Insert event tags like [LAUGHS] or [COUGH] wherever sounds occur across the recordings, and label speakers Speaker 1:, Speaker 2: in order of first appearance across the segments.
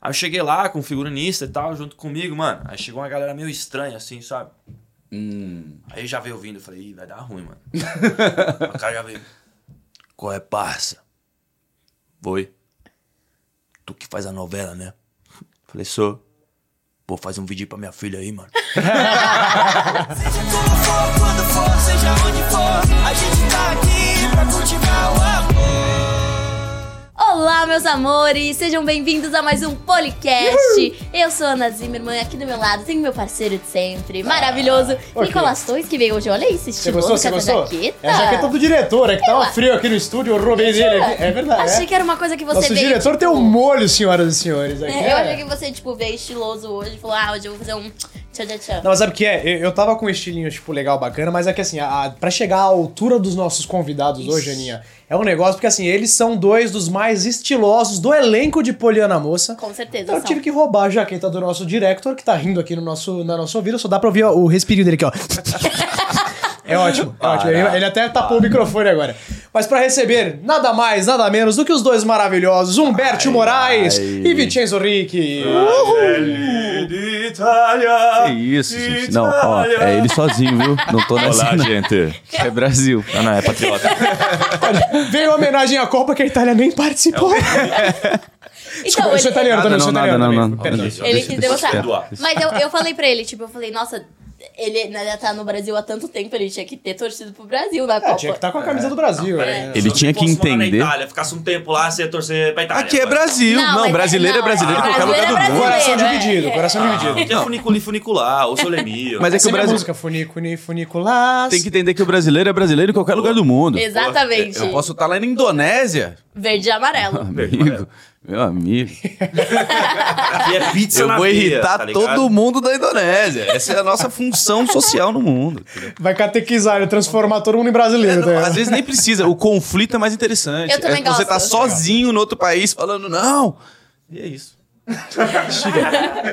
Speaker 1: Aí eu cheguei lá com o figurinista e tal, junto comigo, mano. Aí chegou uma galera meio estranha, assim, sabe?
Speaker 2: Hum.
Speaker 1: Aí já veio vindo, eu falei, Ih, vai dar ruim,
Speaker 3: [LAUGHS]
Speaker 1: mano. o cara já veio. Qual é, parça? Foi. Tu que faz a novela, né? Falei, sou. Pô, faz um vídeo aí pra minha filha aí, mano.
Speaker 4: Seja como for, quando for, seja onde for, a gente tá aqui pra cultivar o amor.
Speaker 5: Olá, meus amores! Sejam bem-vindos a mais um podcast. Eu sou a Ana Zimmermann, aqui do meu lado tem meu parceiro de sempre, maravilhoso, Nicolas Tois, que veio hoje. Olha isso,
Speaker 6: Ah, Você
Speaker 5: estiloso
Speaker 6: gostou?
Speaker 5: com
Speaker 6: Você
Speaker 5: essa
Speaker 6: gostou?
Speaker 5: jaqueta.
Speaker 6: É a jaqueta do diretor, é que tava frio aqui no estúdio, eu roubei dele. aqui. É verdade.
Speaker 5: Achei
Speaker 6: é.
Speaker 5: que era uma coisa que você
Speaker 6: Nosso
Speaker 5: veio... tipo,
Speaker 6: diretor tem um molho, senhoras e senhores. Aqui. né?
Speaker 5: É, eu achei que você, tipo, veio estiloso hoje e falou, ah, hoje eu vou fazer um tchau, tchau, tchau.
Speaker 6: Não, mas sabe o que é? Eu, eu tava com um estilinho, tipo, legal, bacana, mas é que assim, a, a- pra chegar à altura dos nossos convidados hoje, Aninha, é um negócio, porque assim, eles são dois dos mais estilosos do elenco de Poliana Moça.
Speaker 5: Com certeza,
Speaker 6: Então eu
Speaker 5: são.
Speaker 6: tive que roubar a jaqueta do nosso director, que tá rindo aqui no nosso, na nossa ouvida, só dá pra ouvir ó, o respirinho dele aqui,
Speaker 3: [LAUGHS]
Speaker 6: ó. É ótimo, é ótimo. Ele, ele até tapou o microfone agora. Mas pra receber nada mais, nada menos do que os dois maravilhosos, Humberto Moraes e Vincenzo Ricci.
Speaker 1: Itália!
Speaker 3: [LAUGHS] Que isso, gente. Não, ó, é [LAUGHS] ele sozinho, viu? Não tô nessa.
Speaker 2: Olá,
Speaker 3: não.
Speaker 2: gente.
Speaker 3: É Brasil.
Speaker 2: Não, não, é patriota.
Speaker 6: Veio homenagem à Copa que a Itália nem participou.
Speaker 3: É
Speaker 6: [LAUGHS]
Speaker 5: Então,
Speaker 6: eu sou
Speaker 5: ele,
Speaker 6: italiano
Speaker 3: Nada,
Speaker 6: também, eu sou
Speaker 3: Ah, não, nada,
Speaker 6: italiano
Speaker 3: não,
Speaker 6: também.
Speaker 3: não.
Speaker 6: Perdão.
Speaker 3: Deixa-
Speaker 5: ele
Speaker 3: deixa-
Speaker 5: quis
Speaker 3: deixa
Speaker 5: demonstrar.
Speaker 3: quieto.
Speaker 5: Mas eu, eu falei pra ele, tipo, eu falei, nossa, ele né, tá no Brasil há tanto tempo, ele tinha que ter torcido pro Brasil na
Speaker 6: É,
Speaker 5: Copa.
Speaker 6: tinha que estar com a camisa do Brasil. é.
Speaker 2: Ele tinha que entender.
Speaker 1: Na Itália, ficasse um tempo lá, você ia torcer pra Itália.
Speaker 3: Aqui é
Speaker 1: mano.
Speaker 3: Brasil.
Speaker 5: Não,
Speaker 3: Não,
Speaker 5: mas-
Speaker 3: brasileiro
Speaker 5: não,
Speaker 3: é brasileiro em qualquer
Speaker 5: brasileiro
Speaker 3: lugar
Speaker 5: é
Speaker 3: do mundo.
Speaker 5: brasileiro.
Speaker 6: Coração
Speaker 5: É,
Speaker 6: dividido,
Speaker 5: é.
Speaker 6: coração dividido.
Speaker 1: Tem funiculi funicular, ou solemia.
Speaker 3: Mas é que
Speaker 6: Essa
Speaker 3: o
Speaker 6: é minha
Speaker 3: Brasil
Speaker 6: música, funicuni, funicular.
Speaker 3: tem que entender que o brasileiro é brasileiro em qualquer lugar do mundo.
Speaker 5: Exatamente.
Speaker 3: Eu posso estar lá na Indonésia,
Speaker 5: Verde e
Speaker 3: [LAUGHS]
Speaker 5: amarelo.
Speaker 3: amigo.
Speaker 5: [LAUGHS]
Speaker 3: Meu amigo.
Speaker 1: aqui é pizza
Speaker 3: Eu
Speaker 1: na
Speaker 3: vou
Speaker 1: veia,
Speaker 3: irritar
Speaker 1: tá ligado?
Speaker 3: todo mundo da Indonésia. Essa é a nossa função social no mundo. É,
Speaker 6: Vai catequizar, ele transformar todo mundo em brasileiro. tá ligado?
Speaker 3: Às vezes nem precisa. O conflito é mais interessante.
Speaker 5: Eu também
Speaker 3: é, você
Speaker 5: gosto.
Speaker 3: tá sozinho no outro país falando, não.
Speaker 1: E é isso.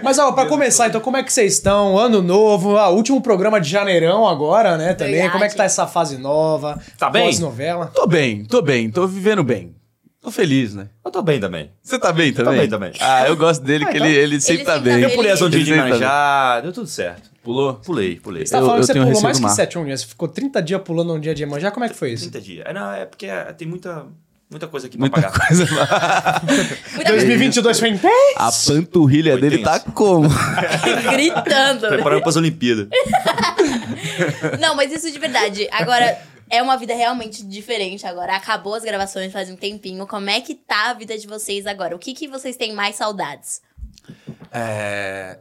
Speaker 6: Mas, ó, pra começar, então, como é que vocês estão? Ano novo, ah, último programa de janeirão agora, né, também.
Speaker 5: Verdade.
Speaker 6: Como é que tá essa fase nova?
Speaker 1: Tá bem?
Speaker 6: Pós-novela.
Speaker 3: Tô bem, tô bem, tô vivendo bem. Tô feliz, né?
Speaker 1: Eu tô bem também.
Speaker 3: Você tá bem também?
Speaker 1: bem também.
Speaker 3: Ah, eu gosto dele, que ele, ele sempre tá
Speaker 5: sempre tá
Speaker 3: bem.
Speaker 5: bem.
Speaker 1: Eu pulei as ondinhas de
Speaker 3: Ele sempre tá
Speaker 1: manjar, deu tudo certo.
Speaker 3: Pulou?
Speaker 1: Pulei, pulei.
Speaker 6: Você tá
Speaker 3: Eu-
Speaker 6: falando
Speaker 3: eu
Speaker 6: que você
Speaker 3: tenho
Speaker 6: pulou
Speaker 3: receio
Speaker 6: mais
Speaker 3: do
Speaker 6: que
Speaker 3: mar.
Speaker 6: 7 um dia. Você ficou 30 dias pulando um dia de Iemanjá. Como é que foi isso?
Speaker 1: 30 dias. É, não, é porque é- tem muita, muita coisa aqui pra
Speaker 3: Muita
Speaker 1: pagar.
Speaker 3: coisa lá. [LAUGHS]
Speaker 5: Muita gente
Speaker 6: 2022 foi em pé?
Speaker 3: A panturrilha
Speaker 1: Foi
Speaker 3: dele
Speaker 1: tenso.
Speaker 3: tá como?
Speaker 5: gritando.
Speaker 1: Preparando pras Olimpíadas.
Speaker 5: Não, mas isso de verdade. Agora, é uma vida realmente diferente agora. Acabou as gravações faz um tempinho. Como é que tá a vida de vocês agora? O que, que vocês têm mais saudades?
Speaker 3: [LAUGHS] É,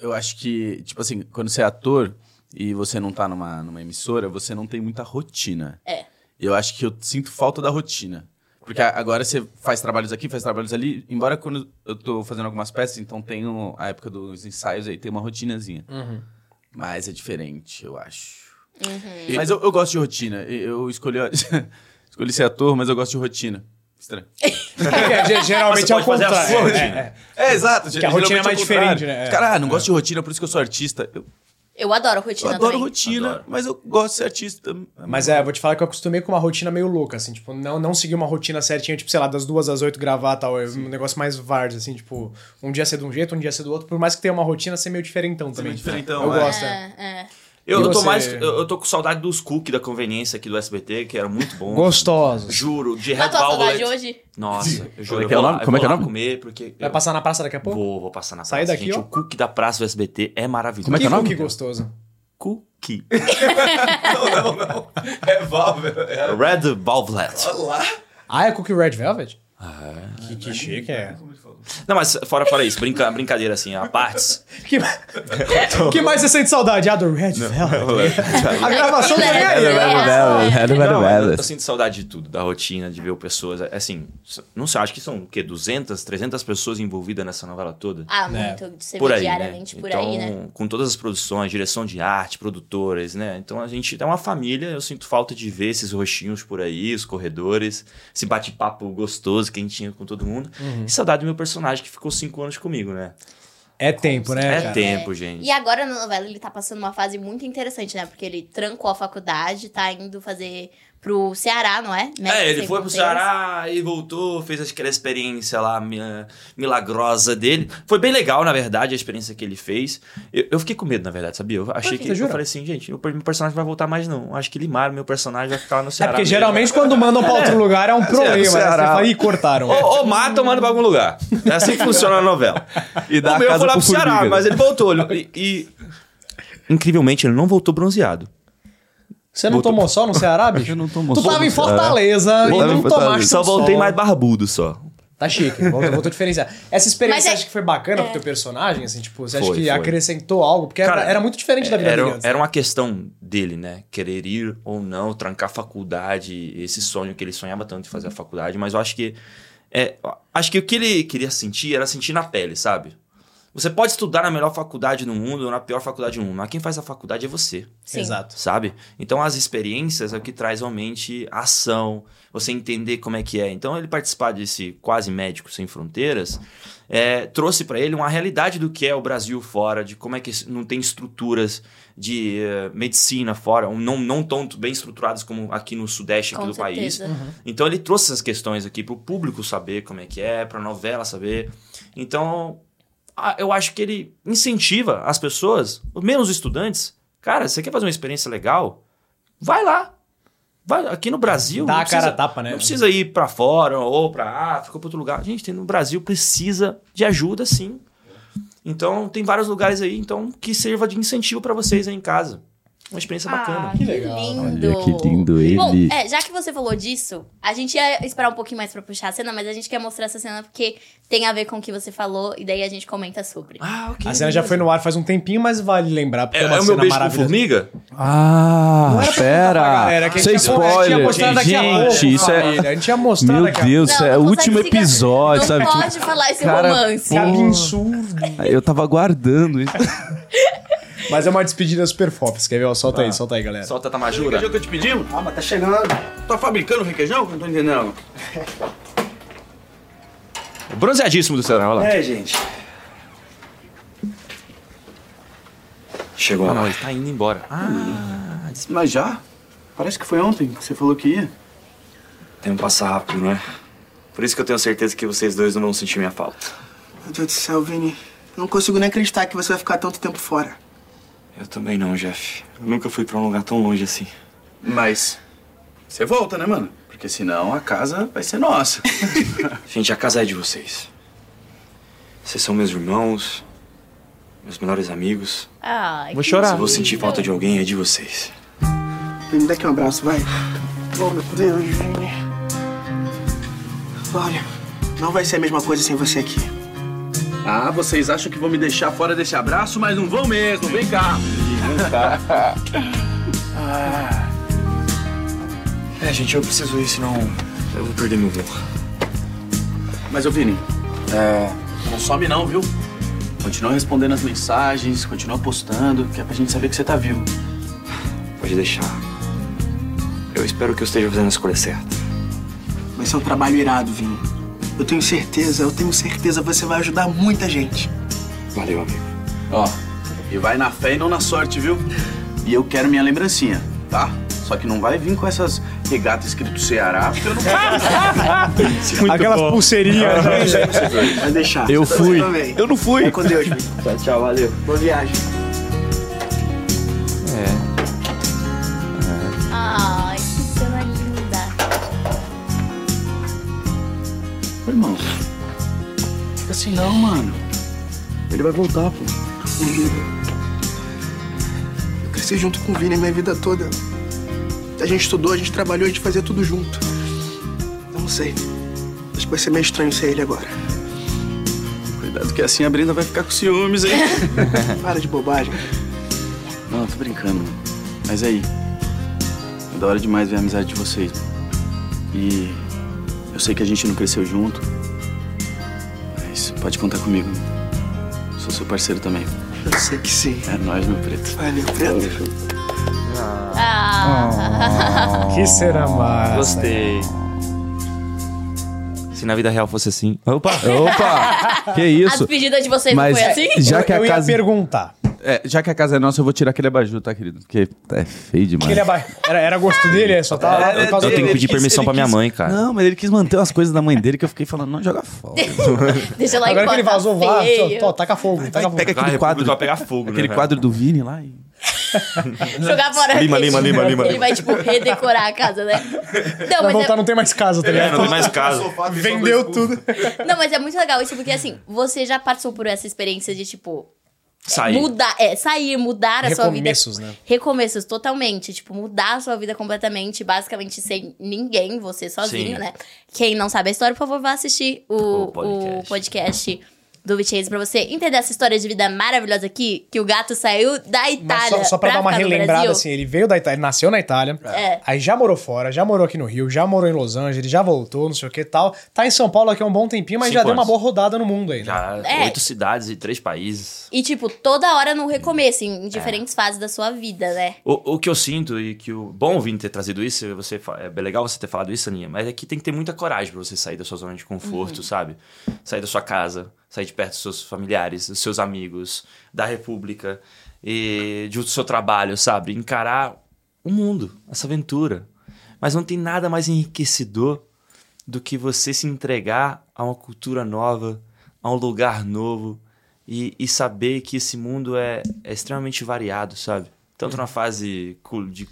Speaker 3: eu acho que, tipo assim, quando você é ator e você não tá numa, numa emissora, você não tem muita rotina.
Speaker 5: É.
Speaker 3: Eu acho que eu sinto falta da rotina. Porque a- agora você faz trabalhos aqui, faz trabalhos ali. Embora quando eu tô fazendo algumas peças, então tem um- a época dos ensaios aí, tem uma rotinazinha. Mas é diferente, eu acho. Mas eu, eu gosto de rotina. Eu eu escolhi, escolhi ser ator, mas eu gosto de rotina. Estranho.
Speaker 6: Porque, ge- geralmente
Speaker 1: Você
Speaker 6: é o
Speaker 1: pode fazer a
Speaker 6: contrário.
Speaker 1: sua
Speaker 6: É,
Speaker 1: rotina.
Speaker 6: é,
Speaker 3: É, exato.
Speaker 6: Que a rotina é mais
Speaker 3: geralmente ao contrário.
Speaker 6: diferente, né? É.
Speaker 3: Os caras, ah, não gosto de rotina, por isso que eu sou artista. Eu,
Speaker 5: Eu adoro
Speaker 3: eu
Speaker 5: rotina
Speaker 3: adoro
Speaker 5: também.
Speaker 3: rotina,
Speaker 1: Adoro.
Speaker 3: mas eu gosto de ser artista.
Speaker 6: é. Mas é, eu vou te falar que eu acostumei com uma rotina meio louca, assim, tipo, não, não seguir uma rotina certinha, tipo, sei lá, das duas às oito gravar tal, é um negócio mais vars, assim, tipo, um dia ser de um jeito, um dia ser do outro, por mais que tenha uma rotina ser meio diferentão também.
Speaker 3: meio diferentão,
Speaker 6: Eu
Speaker 3: é.
Speaker 6: gosto, é.
Speaker 5: É, é.
Speaker 1: Eu,
Speaker 6: E
Speaker 1: eu tô
Speaker 6: você?
Speaker 1: mais. Eu, eu tô com saudade dos cookies da conveniência aqui do SBT, que era muito bom.
Speaker 6: Gostosos.
Speaker 1: Juro, de
Speaker 5: A
Speaker 1: Red
Speaker 5: tua saudade
Speaker 1: Velvet.
Speaker 5: hoje?
Speaker 1: Nossa, eu juro.
Speaker 3: é que é
Speaker 1: eu
Speaker 3: o
Speaker 1: vou
Speaker 3: nome?
Speaker 1: lá- eu
Speaker 3: Como
Speaker 1: vou
Speaker 3: é que é o
Speaker 1: lá
Speaker 3: nome?
Speaker 1: Comer, porque.
Speaker 6: Vai
Speaker 1: eu-
Speaker 6: passar na praça daqui a pouco?
Speaker 1: Vou, vou passar na
Speaker 6: Sai
Speaker 1: praça,
Speaker 6: daqui,
Speaker 1: gente.
Speaker 6: ó.
Speaker 1: O cookie da praça do SBT é maravilhoso.
Speaker 3: Como é
Speaker 6: Que,
Speaker 3: que é o nome?
Speaker 6: que gostoso.
Speaker 1: Cookie.
Speaker 3: [LAUGHS] Não, não. É Valve. É...
Speaker 1: Red Velvet.
Speaker 6: Ah, é Cookie Red Velvet? Ah. Que, que chique é.
Speaker 1: Não, mas fora, fora isso, brinca- brincadeira assim, a partes.
Speaker 6: Que, [LAUGHS] que mais você sente saudade? Ah, do Red Velvet. A gravação do
Speaker 5: É,
Speaker 6: Red
Speaker 5: é,
Speaker 6: Velvet.
Speaker 1: Não, eu, eu sinto saudade de tudo, da rotina, de ver pessoas. Assim, não sei, acho que são o quê? 200, 300 pessoas envolvidas nessa novela toda?
Speaker 5: Ah, muito. De ser
Speaker 1: É. por aí, né?
Speaker 5: diariamente por aí, né?
Speaker 1: Então, Com todas as produções, direção de arte, produtores, né? Então a gente é uma família, eu sinto falta de ver esses roxinhos por aí, os corredores, esse bate-papo gostoso que a gente tinha com todo mundo. E saudade do meu personagem que ficou cinco anos comigo, né?
Speaker 6: É tempo, né?
Speaker 1: É,
Speaker 6: cara?
Speaker 1: tempo, gente.
Speaker 5: E agora na novela ele tá passando uma fase muito interessante, né? Porque ele trancou a faculdade, tá indo fazer pro Ceará, não é? México,
Speaker 1: É, ele
Speaker 5: sei
Speaker 1: foi
Speaker 5: como
Speaker 1: pro
Speaker 5: fez.
Speaker 1: Ceará e voltou, fez acho que aquela experiência lá minha- milagrosa dele. Foi bem legal, na verdade, a experiência que ele fez. Eu, eu fiquei com medo, na verdade, sabia? Eu achei
Speaker 6: quê?
Speaker 1: que.
Speaker 6: Você
Speaker 1: Eu
Speaker 6: jura?
Speaker 1: falei assim, gente, o meu personagem vai voltar mais não. Acho que limaram meu personagem, vai ficar lá no
Speaker 6: É
Speaker 1: Ceará.
Speaker 6: porque
Speaker 1: mesmo.
Speaker 6: geralmente quando mandam pra outro lugar é um problema. né? Você
Speaker 1: Ceará.
Speaker 6: fala, Ih, cortaram.
Speaker 1: Ou, ou mata ou manda pra algum lugar. É assim que funciona a novela.
Speaker 2: E dá
Speaker 1: o
Speaker 2: a
Speaker 1: meu
Speaker 2: casa
Speaker 1: foi lá
Speaker 2: pro
Speaker 1: pro Ceará,
Speaker 2: formiga,
Speaker 1: mas
Speaker 2: né?
Speaker 1: ele voltou. ele- e- e- Incrivelmente, ele não voltou bronzeado.
Speaker 6: Você não
Speaker 1: Voltou.
Speaker 6: tomou sol no Ceará, bicho?
Speaker 2: Eu não tomo
Speaker 6: Tu
Speaker 2: sol
Speaker 6: tava
Speaker 2: no
Speaker 6: em
Speaker 2: Ceará.
Speaker 6: Fortaleza
Speaker 2: Eu
Speaker 6: e
Speaker 2: tava em
Speaker 6: não
Speaker 2: Fortaleza.
Speaker 6: tomaste um
Speaker 1: Só voltei
Speaker 6: sol.
Speaker 1: mais barbudo só.
Speaker 6: Tá chique, voltou, voltou diferenciado. Essa experiência
Speaker 5: Mas é-
Speaker 6: acha que foi bacana pro teu personagem, assim, tipo, você acha
Speaker 1: Foi,
Speaker 6: que
Speaker 1: foi.
Speaker 6: acrescentou algo? Porque era-
Speaker 1: Cara,
Speaker 6: era, muito diferente da vida dele
Speaker 1: Era,
Speaker 6: antes.
Speaker 1: era uma questão dele, né? Querer ir ou não, trancar a faculdade, esse sonho que ele sonhava tanto de fazer a
Speaker 6: Uhum.
Speaker 1: faculdade, mas eu acho que. é, acho que o que ele queria sentir era sentir na pele, sabe? Você pode estudar na melhor faculdade do mundo ou na pior faculdade do mundo, mas quem faz a faculdade é você.
Speaker 5: Sim.
Speaker 6: Exato.
Speaker 1: Sabe? Então as experiências é o que traz realmente a ação, você entender como é que é. Então ele participar desse quase médico sem fronteiras é, trouxe pra ele uma realidade do que é o Brasil fora, de como é que não tem estruturas de eh, medicina fora, ou não, não tão bem estruturadas como aqui no sudeste aqui
Speaker 5: Com
Speaker 1: do país.
Speaker 5: certeza.
Speaker 1: Então ele trouxe essas questões aqui pro público saber como é que é, pra novela saber. Então, a- eu acho que ele incentiva as pessoas, menos os estudantes. Cara, você quer fazer uma experiência legal? Vai lá. Vai aqui no Brasil.
Speaker 6: Dá
Speaker 1: não
Speaker 6: a cara
Speaker 1: precisa-
Speaker 6: a tapa, né?
Speaker 1: não precisa ir pra fora ou pra África ou pra outro lugar. Gente, tem- no Brasil precisa de ajuda, sim. Então, tem vários lugares aí, então, que serva de incentivo pra vocês aí em casa. Uma experiência bacana.
Speaker 6: que legal.
Speaker 5: Ah, lindo.
Speaker 2: Olha que lindo ele.
Speaker 5: Bom, é, já que você falou disso, a gente ia esperar um pouquinho mais pra puxar a cena, mas a gente quer mostrar essa cena porque tem a ver com o que você falou e daí a gente comenta sobre.
Speaker 1: Ah, ok.
Speaker 6: A cena já foi no ar faz um tempinho, mas vale lembrar, porque
Speaker 1: É,
Speaker 6: é, uma
Speaker 1: é o meu
Speaker 6: cena
Speaker 1: beijo com
Speaker 6: maravilhosa.
Speaker 1: formiga?
Speaker 2: Ah, pera!
Speaker 6: galera, que a
Speaker 2: Isso é
Speaker 6: gente ia- a gente ia
Speaker 2: spoiler!
Speaker 6: mostrar daqui a
Speaker 3: é
Speaker 6: pouco,
Speaker 2: Gente, isso
Speaker 6: família, a
Speaker 2: é.
Speaker 6: gente ia mostrar
Speaker 2: Meu
Speaker 6: daqui a
Speaker 2: Deus, isso é
Speaker 5: não
Speaker 2: o
Speaker 5: consegue
Speaker 2: último
Speaker 5: se ga-
Speaker 2: episódio,
Speaker 5: não
Speaker 2: sabe?
Speaker 5: pode
Speaker 2: Tipo,
Speaker 5: falar esse
Speaker 2: cara,
Speaker 5: romance.
Speaker 6: Que absurdo.
Speaker 2: eu tava aguardando isso.
Speaker 6: Mas é uma despedida super pop. Quer ver? Ó, Solta aí, solta aí, galera.
Speaker 1: Tá. Solta a Tamajura.
Speaker 3: que eu te pedimos?
Speaker 7: Ah, mas tá chegando.
Speaker 3: Tá fabricando requeijão? Não tô entendendo.
Speaker 1: [LAUGHS] Bronzeadíssimo do Ceará, olha lá.
Speaker 7: É, gente. Chegou
Speaker 1: Ah,
Speaker 7: a
Speaker 1: não,
Speaker 7: hora.
Speaker 1: ele tá indo embora. Ah,
Speaker 7: Mas já? Parece que foi ontem que você falou que ia.
Speaker 1: tempo passa rápido, né? Por isso que eu tenho certeza que vocês dois não vão sentir minha falta.
Speaker 7: Meu Deus do céu, Vini. Não consigo nem acreditar que você vai ficar tanto tempo fora.
Speaker 1: Eu também não, Jeff. Eu nunca fui pra um lugar tão longe assim.
Speaker 3: Mas. Você volta, né, mano? Porque senão a casa vai
Speaker 1: [LAUGHS]
Speaker 3: ser nossa.
Speaker 1: Gente, a casa é de vocês. Vocês são meus irmãos, meus melhores amigos.
Speaker 5: Ai, que
Speaker 1: Se eu vou sentir falta de alguém, é de vocês.
Speaker 7: Vini, me dá aqui um abraço, vai. Oh, meu Deus, Vini. Olha, não vai ser a mesma coisa sem você aqui.
Speaker 3: Ah, vocês acham que vão me deixar fora desse abraço, mas não vão mesmo. Vem cá.
Speaker 1: É, gente, eu preciso ir, senão eu vou perder meu voo.
Speaker 3: Mas, ô Vini, é... não some não, viu? Continua respondendo as mensagens, continua postando, que é pra gente saber que você tá vivo.
Speaker 1: Pode deixar. Eu espero que eu esteja fazendo a escolha certa.
Speaker 7: Vai ser um trabalho irado, Vini. Eu tenho certeza, eu tenho certeza, você vai ajudar muita gente.
Speaker 1: Valeu, amigo.
Speaker 3: Ó, e vai na fé e não na sorte, viu? E eu quero minha lembrancinha, tá? Só que não vai vir com essas regatas escrito Ceará, porque eu não quero.
Speaker 6: Aquelas pulseirinhas. né?
Speaker 7: Vai deixar.
Speaker 2: Eu
Speaker 7: Você
Speaker 2: fui.
Speaker 7: também.
Speaker 2: Eu não fui.
Speaker 7: Vai com Deus, Vini.
Speaker 1: Tchau, tchau, valeu.
Speaker 7: Boa viagem.
Speaker 5: Ai, que cena linda.
Speaker 3: Ô, irmão, fica assim não, mano. Ele vai voltar, pô.
Speaker 7: Eu cresci junto com o Vini a minha vida toda. A gente estudou, a gente trabalhou, a gente fazia tudo junto. Eu não sei. Acho que vai ser meio estranho ser ele agora.
Speaker 3: Cuidado que assim a Brenda vai ficar com ciúmes, hein?
Speaker 7: [LAUGHS] Para de bobagem.
Speaker 3: Não, tô brincando. mano. Mas aí, é da hora demais ver a amizade de vocês. E eu sei que a gente não cresceu junto, mas pode contar comigo. Sou seu parceiro também.
Speaker 7: Eu sei que sim.
Speaker 3: É nóis, meu preto.
Speaker 7: Valeu, preto.
Speaker 5: Ah,
Speaker 6: Que será mais?
Speaker 1: Gostei. Se na vida real fosse assim.
Speaker 2: Opa! Opa! Que
Speaker 5: a
Speaker 2: isso?
Speaker 5: despedida de vocês
Speaker 2: Mas é- [LAUGHS]
Speaker 5: não foi assim?
Speaker 2: já que
Speaker 6: eu
Speaker 2: a
Speaker 6: ia
Speaker 2: casa.
Speaker 6: perguntar.
Speaker 3: É, já que a casa é nossa, eu vou tirar aquele abajur, tá, querido? Porque é feio demais.
Speaker 6: Aquele é aba- era, era gosto dele, só tava.
Speaker 3: Era-
Speaker 1: É,
Speaker 6: por causa do-
Speaker 3: eu tenho
Speaker 1: Tem que
Speaker 3: Ele
Speaker 1: pedir
Speaker 3: quis-
Speaker 1: permissão
Speaker 3: ele
Speaker 1: pra minha
Speaker 3: quis-
Speaker 1: mãe, cara.
Speaker 3: Não, mas ele quis manter umas coisas da mãe dele que eu fiquei falando, não, joga fora.
Speaker 5: Deixa lá
Speaker 6: Agora que
Speaker 5: e
Speaker 6: ele
Speaker 5: bota
Speaker 6: vazou, vá,
Speaker 5: feio.
Speaker 6: só- tó, taca fogo, taca fogo.
Speaker 1: Ah, a
Speaker 3: Pega aquele
Speaker 1: República
Speaker 3: quadro.
Speaker 1: vai pegar fogo, né,
Speaker 3: Aquele
Speaker 1: velho?
Speaker 3: quadro do Vini lá e...
Speaker 5: Jogar fora.
Speaker 1: Lima,
Speaker 5: aquele-
Speaker 1: lima, lima, lima,
Speaker 5: Ele
Speaker 1: lima.
Speaker 5: vai, tipo, redecorar a casa, né?
Speaker 6: [LAUGHS] Vai
Speaker 5: Não, mas é-
Speaker 6: voltar, não tem mais casa, tá
Speaker 1: É,
Speaker 6: ligado?
Speaker 1: não tem mais casa.
Speaker 6: [LAUGHS] Vendeu tudo.
Speaker 5: Não, mas é muito legal isso, porque assim, você já passou por essa experiência de, tipo,
Speaker 1: Saí.
Speaker 5: mudar, é, sair, mudar a sua vida.
Speaker 6: Recomeços, né?
Speaker 5: Recomeços, totalmente. Tipo, mudar a sua vida completamente, basicamente sem ninguém, você sozinho,
Speaker 1: Sim.
Speaker 5: né? Quem não sabe a história, por favor, vá assistir o,
Speaker 1: O
Speaker 5: o
Speaker 1: podcast.
Speaker 5: podcast. do Vichese pra você entender essa história de vida maravilhosa aqui, que o gato saiu da
Speaker 6: Mas
Speaker 5: Itália.
Speaker 6: só, só pra dar uma
Speaker 5: ficar no
Speaker 6: relembrada,
Speaker 5: Brasil.
Speaker 6: assim, ele veio da Itália, ele nasceu na Itália,
Speaker 5: É.
Speaker 6: aí já morou fora, já morou aqui no Rio, já morou em Los Angeles, já voltou, não sei o que e tal. Tá em São Paulo aqui há um bom tempinho, mas
Speaker 1: Cinco
Speaker 6: já deu uma
Speaker 1: anos.
Speaker 6: boa rodada no mundo aí, né?
Speaker 1: Já,
Speaker 5: É.
Speaker 1: oito cidades e três países.
Speaker 5: E, tipo, toda hora no recomeço,
Speaker 6: É.
Speaker 5: em diferentes fases da sua vida, né?
Speaker 1: O, o que eu sinto e que o bom ouvinte ter trazido isso, você fa- é legal você ter falado isso, Aninha, mas é que tem que ter muita coragem pra você sair da sua zona de conforto, sabe? Sair da sua casa, sair de perto dos seus familiares, dos seus amigos, da república e de- do seu trabalho, sabe? Encarar o mundo, essa aventura. Mas não tem nada mais enriquecedor do que você se entregar a uma cultura nova, a um lugar novo e, e saber que esse mundo é, é extremamente variado, sabe? Tanto na fase cu- de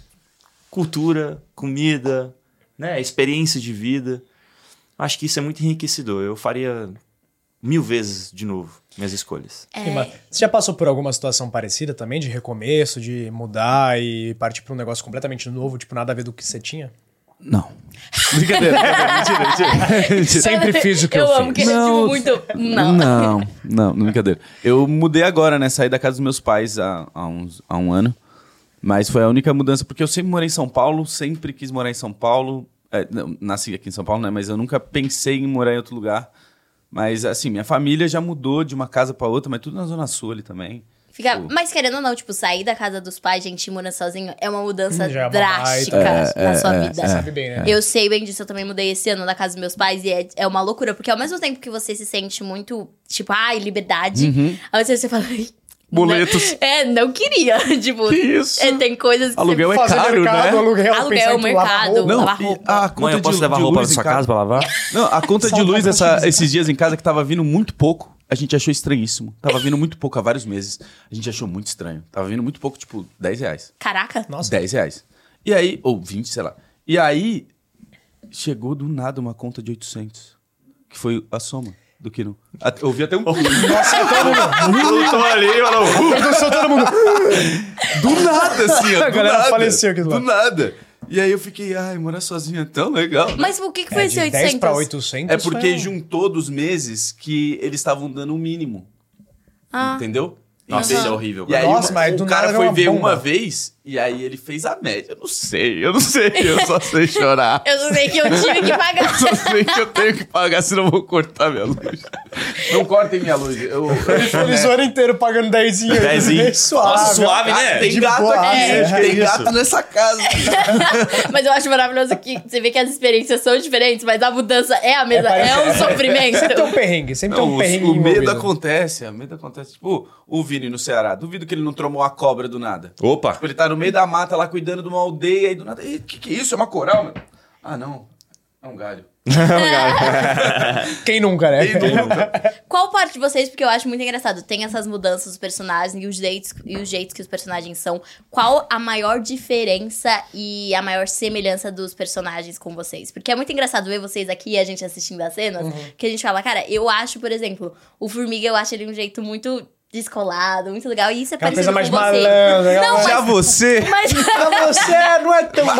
Speaker 1: cultura, comida, né, experiência de vida. Acho que isso é muito enriquecedor. Eu faria mil vezes de novo minhas escolhas.
Speaker 6: Sim, mas Você já passou por alguma situação parecida também, de recomeço, de mudar e partir pra um negócio completamente novo, tipo, nada a ver do que você tinha?
Speaker 3: Não. [LAUGHS] Brincadeira. mentira, mentira.
Speaker 5: [LAUGHS]
Speaker 3: mentira.
Speaker 6: Sempre fiz o que eu
Speaker 5: Eu amo que
Speaker 6: fiz.
Speaker 5: ele é, tipo,
Speaker 3: Não.
Speaker 5: muito. Não.
Speaker 3: Não, não, não, brincadeira. Eu mudei agora, né? Saí da casa dos meus pais há, há uns, há um ano. Mas foi a única mudança, porque eu sempre morei em São Paulo, sempre quis morar em São Paulo. É, não, nasci aqui em São Paulo, né? Mas eu nunca pensei em morar em outro lugar. Mas, assim, minha família já mudou de uma casa pra outra, mas tudo na Zona Sul ali também.
Speaker 5: Fica,
Speaker 3: Tipo,
Speaker 5: mas querendo ou não, tipo, sair da casa dos pais, gente, e morar sozinho é uma mudança
Speaker 6: Já é uma
Speaker 5: drástica
Speaker 6: baita-
Speaker 3: É,
Speaker 5: na sua vida.
Speaker 6: Sabe bem, né?
Speaker 5: Eu sei bem disso, eu também mudei esse ano da casa dos meus pais e é, é uma loucura, porque ao mesmo tempo que você se sente muito, tipo, ai, liberdade,
Speaker 3: Uhum.
Speaker 5: ao mesmo tempo você fala. "Ai, não-
Speaker 3: Boletos.
Speaker 5: É, não queria. [LAUGHS] tipo,
Speaker 3: Que isso?
Speaker 5: é, tem coisas que
Speaker 3: Aluguel
Speaker 5: você...
Speaker 3: é
Speaker 6: Fazer
Speaker 3: caro,
Speaker 6: mercado,
Speaker 3: né?
Speaker 6: aluguel,
Speaker 5: Aluguel,
Speaker 6: pensar em tu lavar
Speaker 5: mercado.
Speaker 6: roupa.
Speaker 5: Lavar
Speaker 3: e
Speaker 5: roupa.
Speaker 3: a conta
Speaker 1: Mãe, eu posso
Speaker 3: de,
Speaker 1: levar
Speaker 3: de
Speaker 1: roupa
Speaker 3: luz
Speaker 1: pra
Speaker 3: em
Speaker 1: sua casa pra lavar?
Speaker 6: [LAUGHS]
Speaker 3: Não, a conta de
Speaker 6: Salvar
Speaker 3: luz
Speaker 6: pra
Speaker 3: essa-
Speaker 6: utilizar.
Speaker 3: esses dias em casa que tava vindo muito pouco, a gente achou estranhíssimo. Tava vindo muito pouco há vários meses. A gente achou muito estranho. Tava vindo muito pouco, tipo, 10 reais.
Speaker 5: Caraca.
Speaker 6: Nossa.
Speaker 3: 10 reais. E aí, ou 20, sei lá. E aí, chegou do nada uma conta de 800. Que foi a soma do que não. At-
Speaker 6: [LAUGHS]
Speaker 3: Eu vi até [LAUGHS] um.
Speaker 1: Lutou
Speaker 3: "Uh!"
Speaker 1: ali, falou,
Speaker 3: Do nada, assim, ó.
Speaker 6: "Uh!" [LAUGHS] A
Speaker 3: do
Speaker 6: galera
Speaker 3: nada,
Speaker 6: faleceu aqui do
Speaker 3: do
Speaker 6: lado.
Speaker 3: nada. E aí eu fiquei, ai, morar sozinho é tão legal.
Speaker 5: Mas o que, que foi
Speaker 6: É,
Speaker 5: esse
Speaker 6: de 10 pra
Speaker 5: 800?
Speaker 6: 800
Speaker 3: É porque
Speaker 6: foi-
Speaker 3: juntou dos meses que eles estavam dando o mínimo.
Speaker 5: Ah.
Speaker 3: Entendeu?
Speaker 1: Nossa, isso é
Speaker 3: Entendeu?
Speaker 1: horrível.
Speaker 3: E aí,
Speaker 6: Nossa,
Speaker 3: uma-
Speaker 6: mas do
Speaker 3: o cara
Speaker 6: nada
Speaker 3: foi
Speaker 6: veio uma
Speaker 3: ver
Speaker 6: bomba.
Speaker 3: uma vez e aí ele fez a média. Eu não sei, eu não sei, eu
Speaker 6: [LAUGHS]
Speaker 3: só sei chorar.
Speaker 5: Eu não sei que eu tive que pagar.
Speaker 3: Só sei que eu tenho que pagar, senão eu vou cortar minha luz. Não cortem minha luz. Eu,
Speaker 6: Eles o ano inteiro pagando 10
Speaker 1: Dezinho. Nossa,
Speaker 6: [LAUGHS] Suave.
Speaker 1: suave, né?
Speaker 3: Ah, Tem
Speaker 6: De
Speaker 3: gato
Speaker 6: boa,
Speaker 3: aqui,
Speaker 6: é,
Speaker 3: gente, tem
Speaker 1: é isso.
Speaker 3: gato nessa casa.
Speaker 5: Mas eu acho maravilhoso que você vê que as experiências são diferentes, mas a mudança é a mesma, é, um
Speaker 6: [LAUGHS] Sempre tem um
Speaker 5: sofrimento.
Speaker 6: perrengue, sempre tem
Speaker 3: Não,
Speaker 6: um
Speaker 3: o,
Speaker 6: perrengue
Speaker 3: o medo
Speaker 6: envolvido.
Speaker 3: acontece, o medo acontece. Tipo, o Vini no Ceará, duvido que ele não tromou a cobra do nada.
Speaker 1: Opa!
Speaker 3: Tipo, ele tá no meio da mata lá cuidando de uma aldeia e do nada. "Ih, Que que é isso? É uma coral, mano? Ah, não. É um galho.
Speaker 6: Quem nunca, né?
Speaker 3: Quem nunca?
Speaker 5: Qual parte de vocês, porque eu acho muito engraçado, tem essas mudanças dos personagens e os jeitos, e os jeitos que os personagens são. Qual a maior diferença e a maior semelhança dos personagens com vocês? Porque é muito engraçado ver vocês aqui e a gente assistindo as cenas,
Speaker 6: Uhum.
Speaker 5: que a gente fala, cara, eu acho, por exemplo, o Formiga, eu acho ele um jeito muito descolado, muito legal, e isso é
Speaker 6: Aquela
Speaker 5: parecido
Speaker 6: coisa
Speaker 5: com
Speaker 6: mais
Speaker 5: vocês.
Speaker 6: malandra.
Speaker 5: Não,
Speaker 6: aquela-
Speaker 3: Já você.
Speaker 6: [LAUGHS]
Speaker 5: Mas...
Speaker 6: Pra você não é tão
Speaker 5: Mas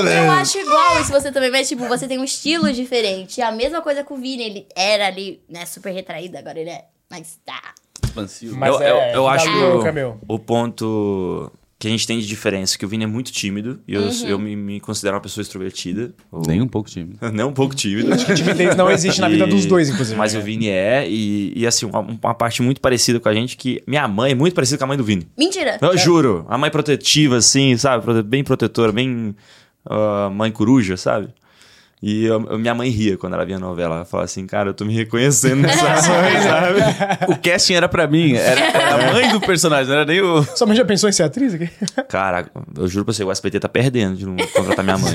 Speaker 6: bem. é,
Speaker 5: eu acho igual isso você também, mas tipo, você tem um estilo diferente. É A mesma coisa com o Vini, ele era ali, né, super retraído, agora ele é. Mas tá.
Speaker 3: Expansivo.
Speaker 6: Mas
Speaker 1: eu, eu-
Speaker 6: é,
Speaker 1: eu
Speaker 6: dá
Speaker 1: acho
Speaker 6: bronca, meu.
Speaker 1: o ponto que a gente tem de diferença, que o Vini é muito tímido, e eu, eu me, me considero uma pessoa extrovertida. ou-
Speaker 3: Nem um
Speaker 1: [LAUGHS]
Speaker 3: pouco tímido.
Speaker 1: Não um pouco tímido.
Speaker 6: Timidez não existe na vida
Speaker 1: E-
Speaker 6: dos dois, inclusive.
Speaker 1: Mas
Speaker 6: né?
Speaker 1: o Vini é, e, e assim, uma, uma parte muito parecida com a gente, que minha mãe é muito parecida com a mãe do Vini.
Speaker 5: Mentira!
Speaker 1: Eu juro, a mãe protetiva, assim, sabe? Prote- Bem protetora, bem ah, mãe coruja, sabe? E eu- eu- minha mãe ria quando ela via a novela. Ela falava assim, cara, eu tô me reconhecendo
Speaker 3: [LAUGHS]
Speaker 1: nessa sabe?
Speaker 3: [LAUGHS] O casting era pra mim, era, era a mãe do personagem, não era nem o.
Speaker 6: Sua mãe já pensou em ser atriz aqui?
Speaker 1: Cara, eu juro pra você, o SBT tá perdendo de não contratar minha
Speaker 3: [LAUGHS]
Speaker 1: mãe.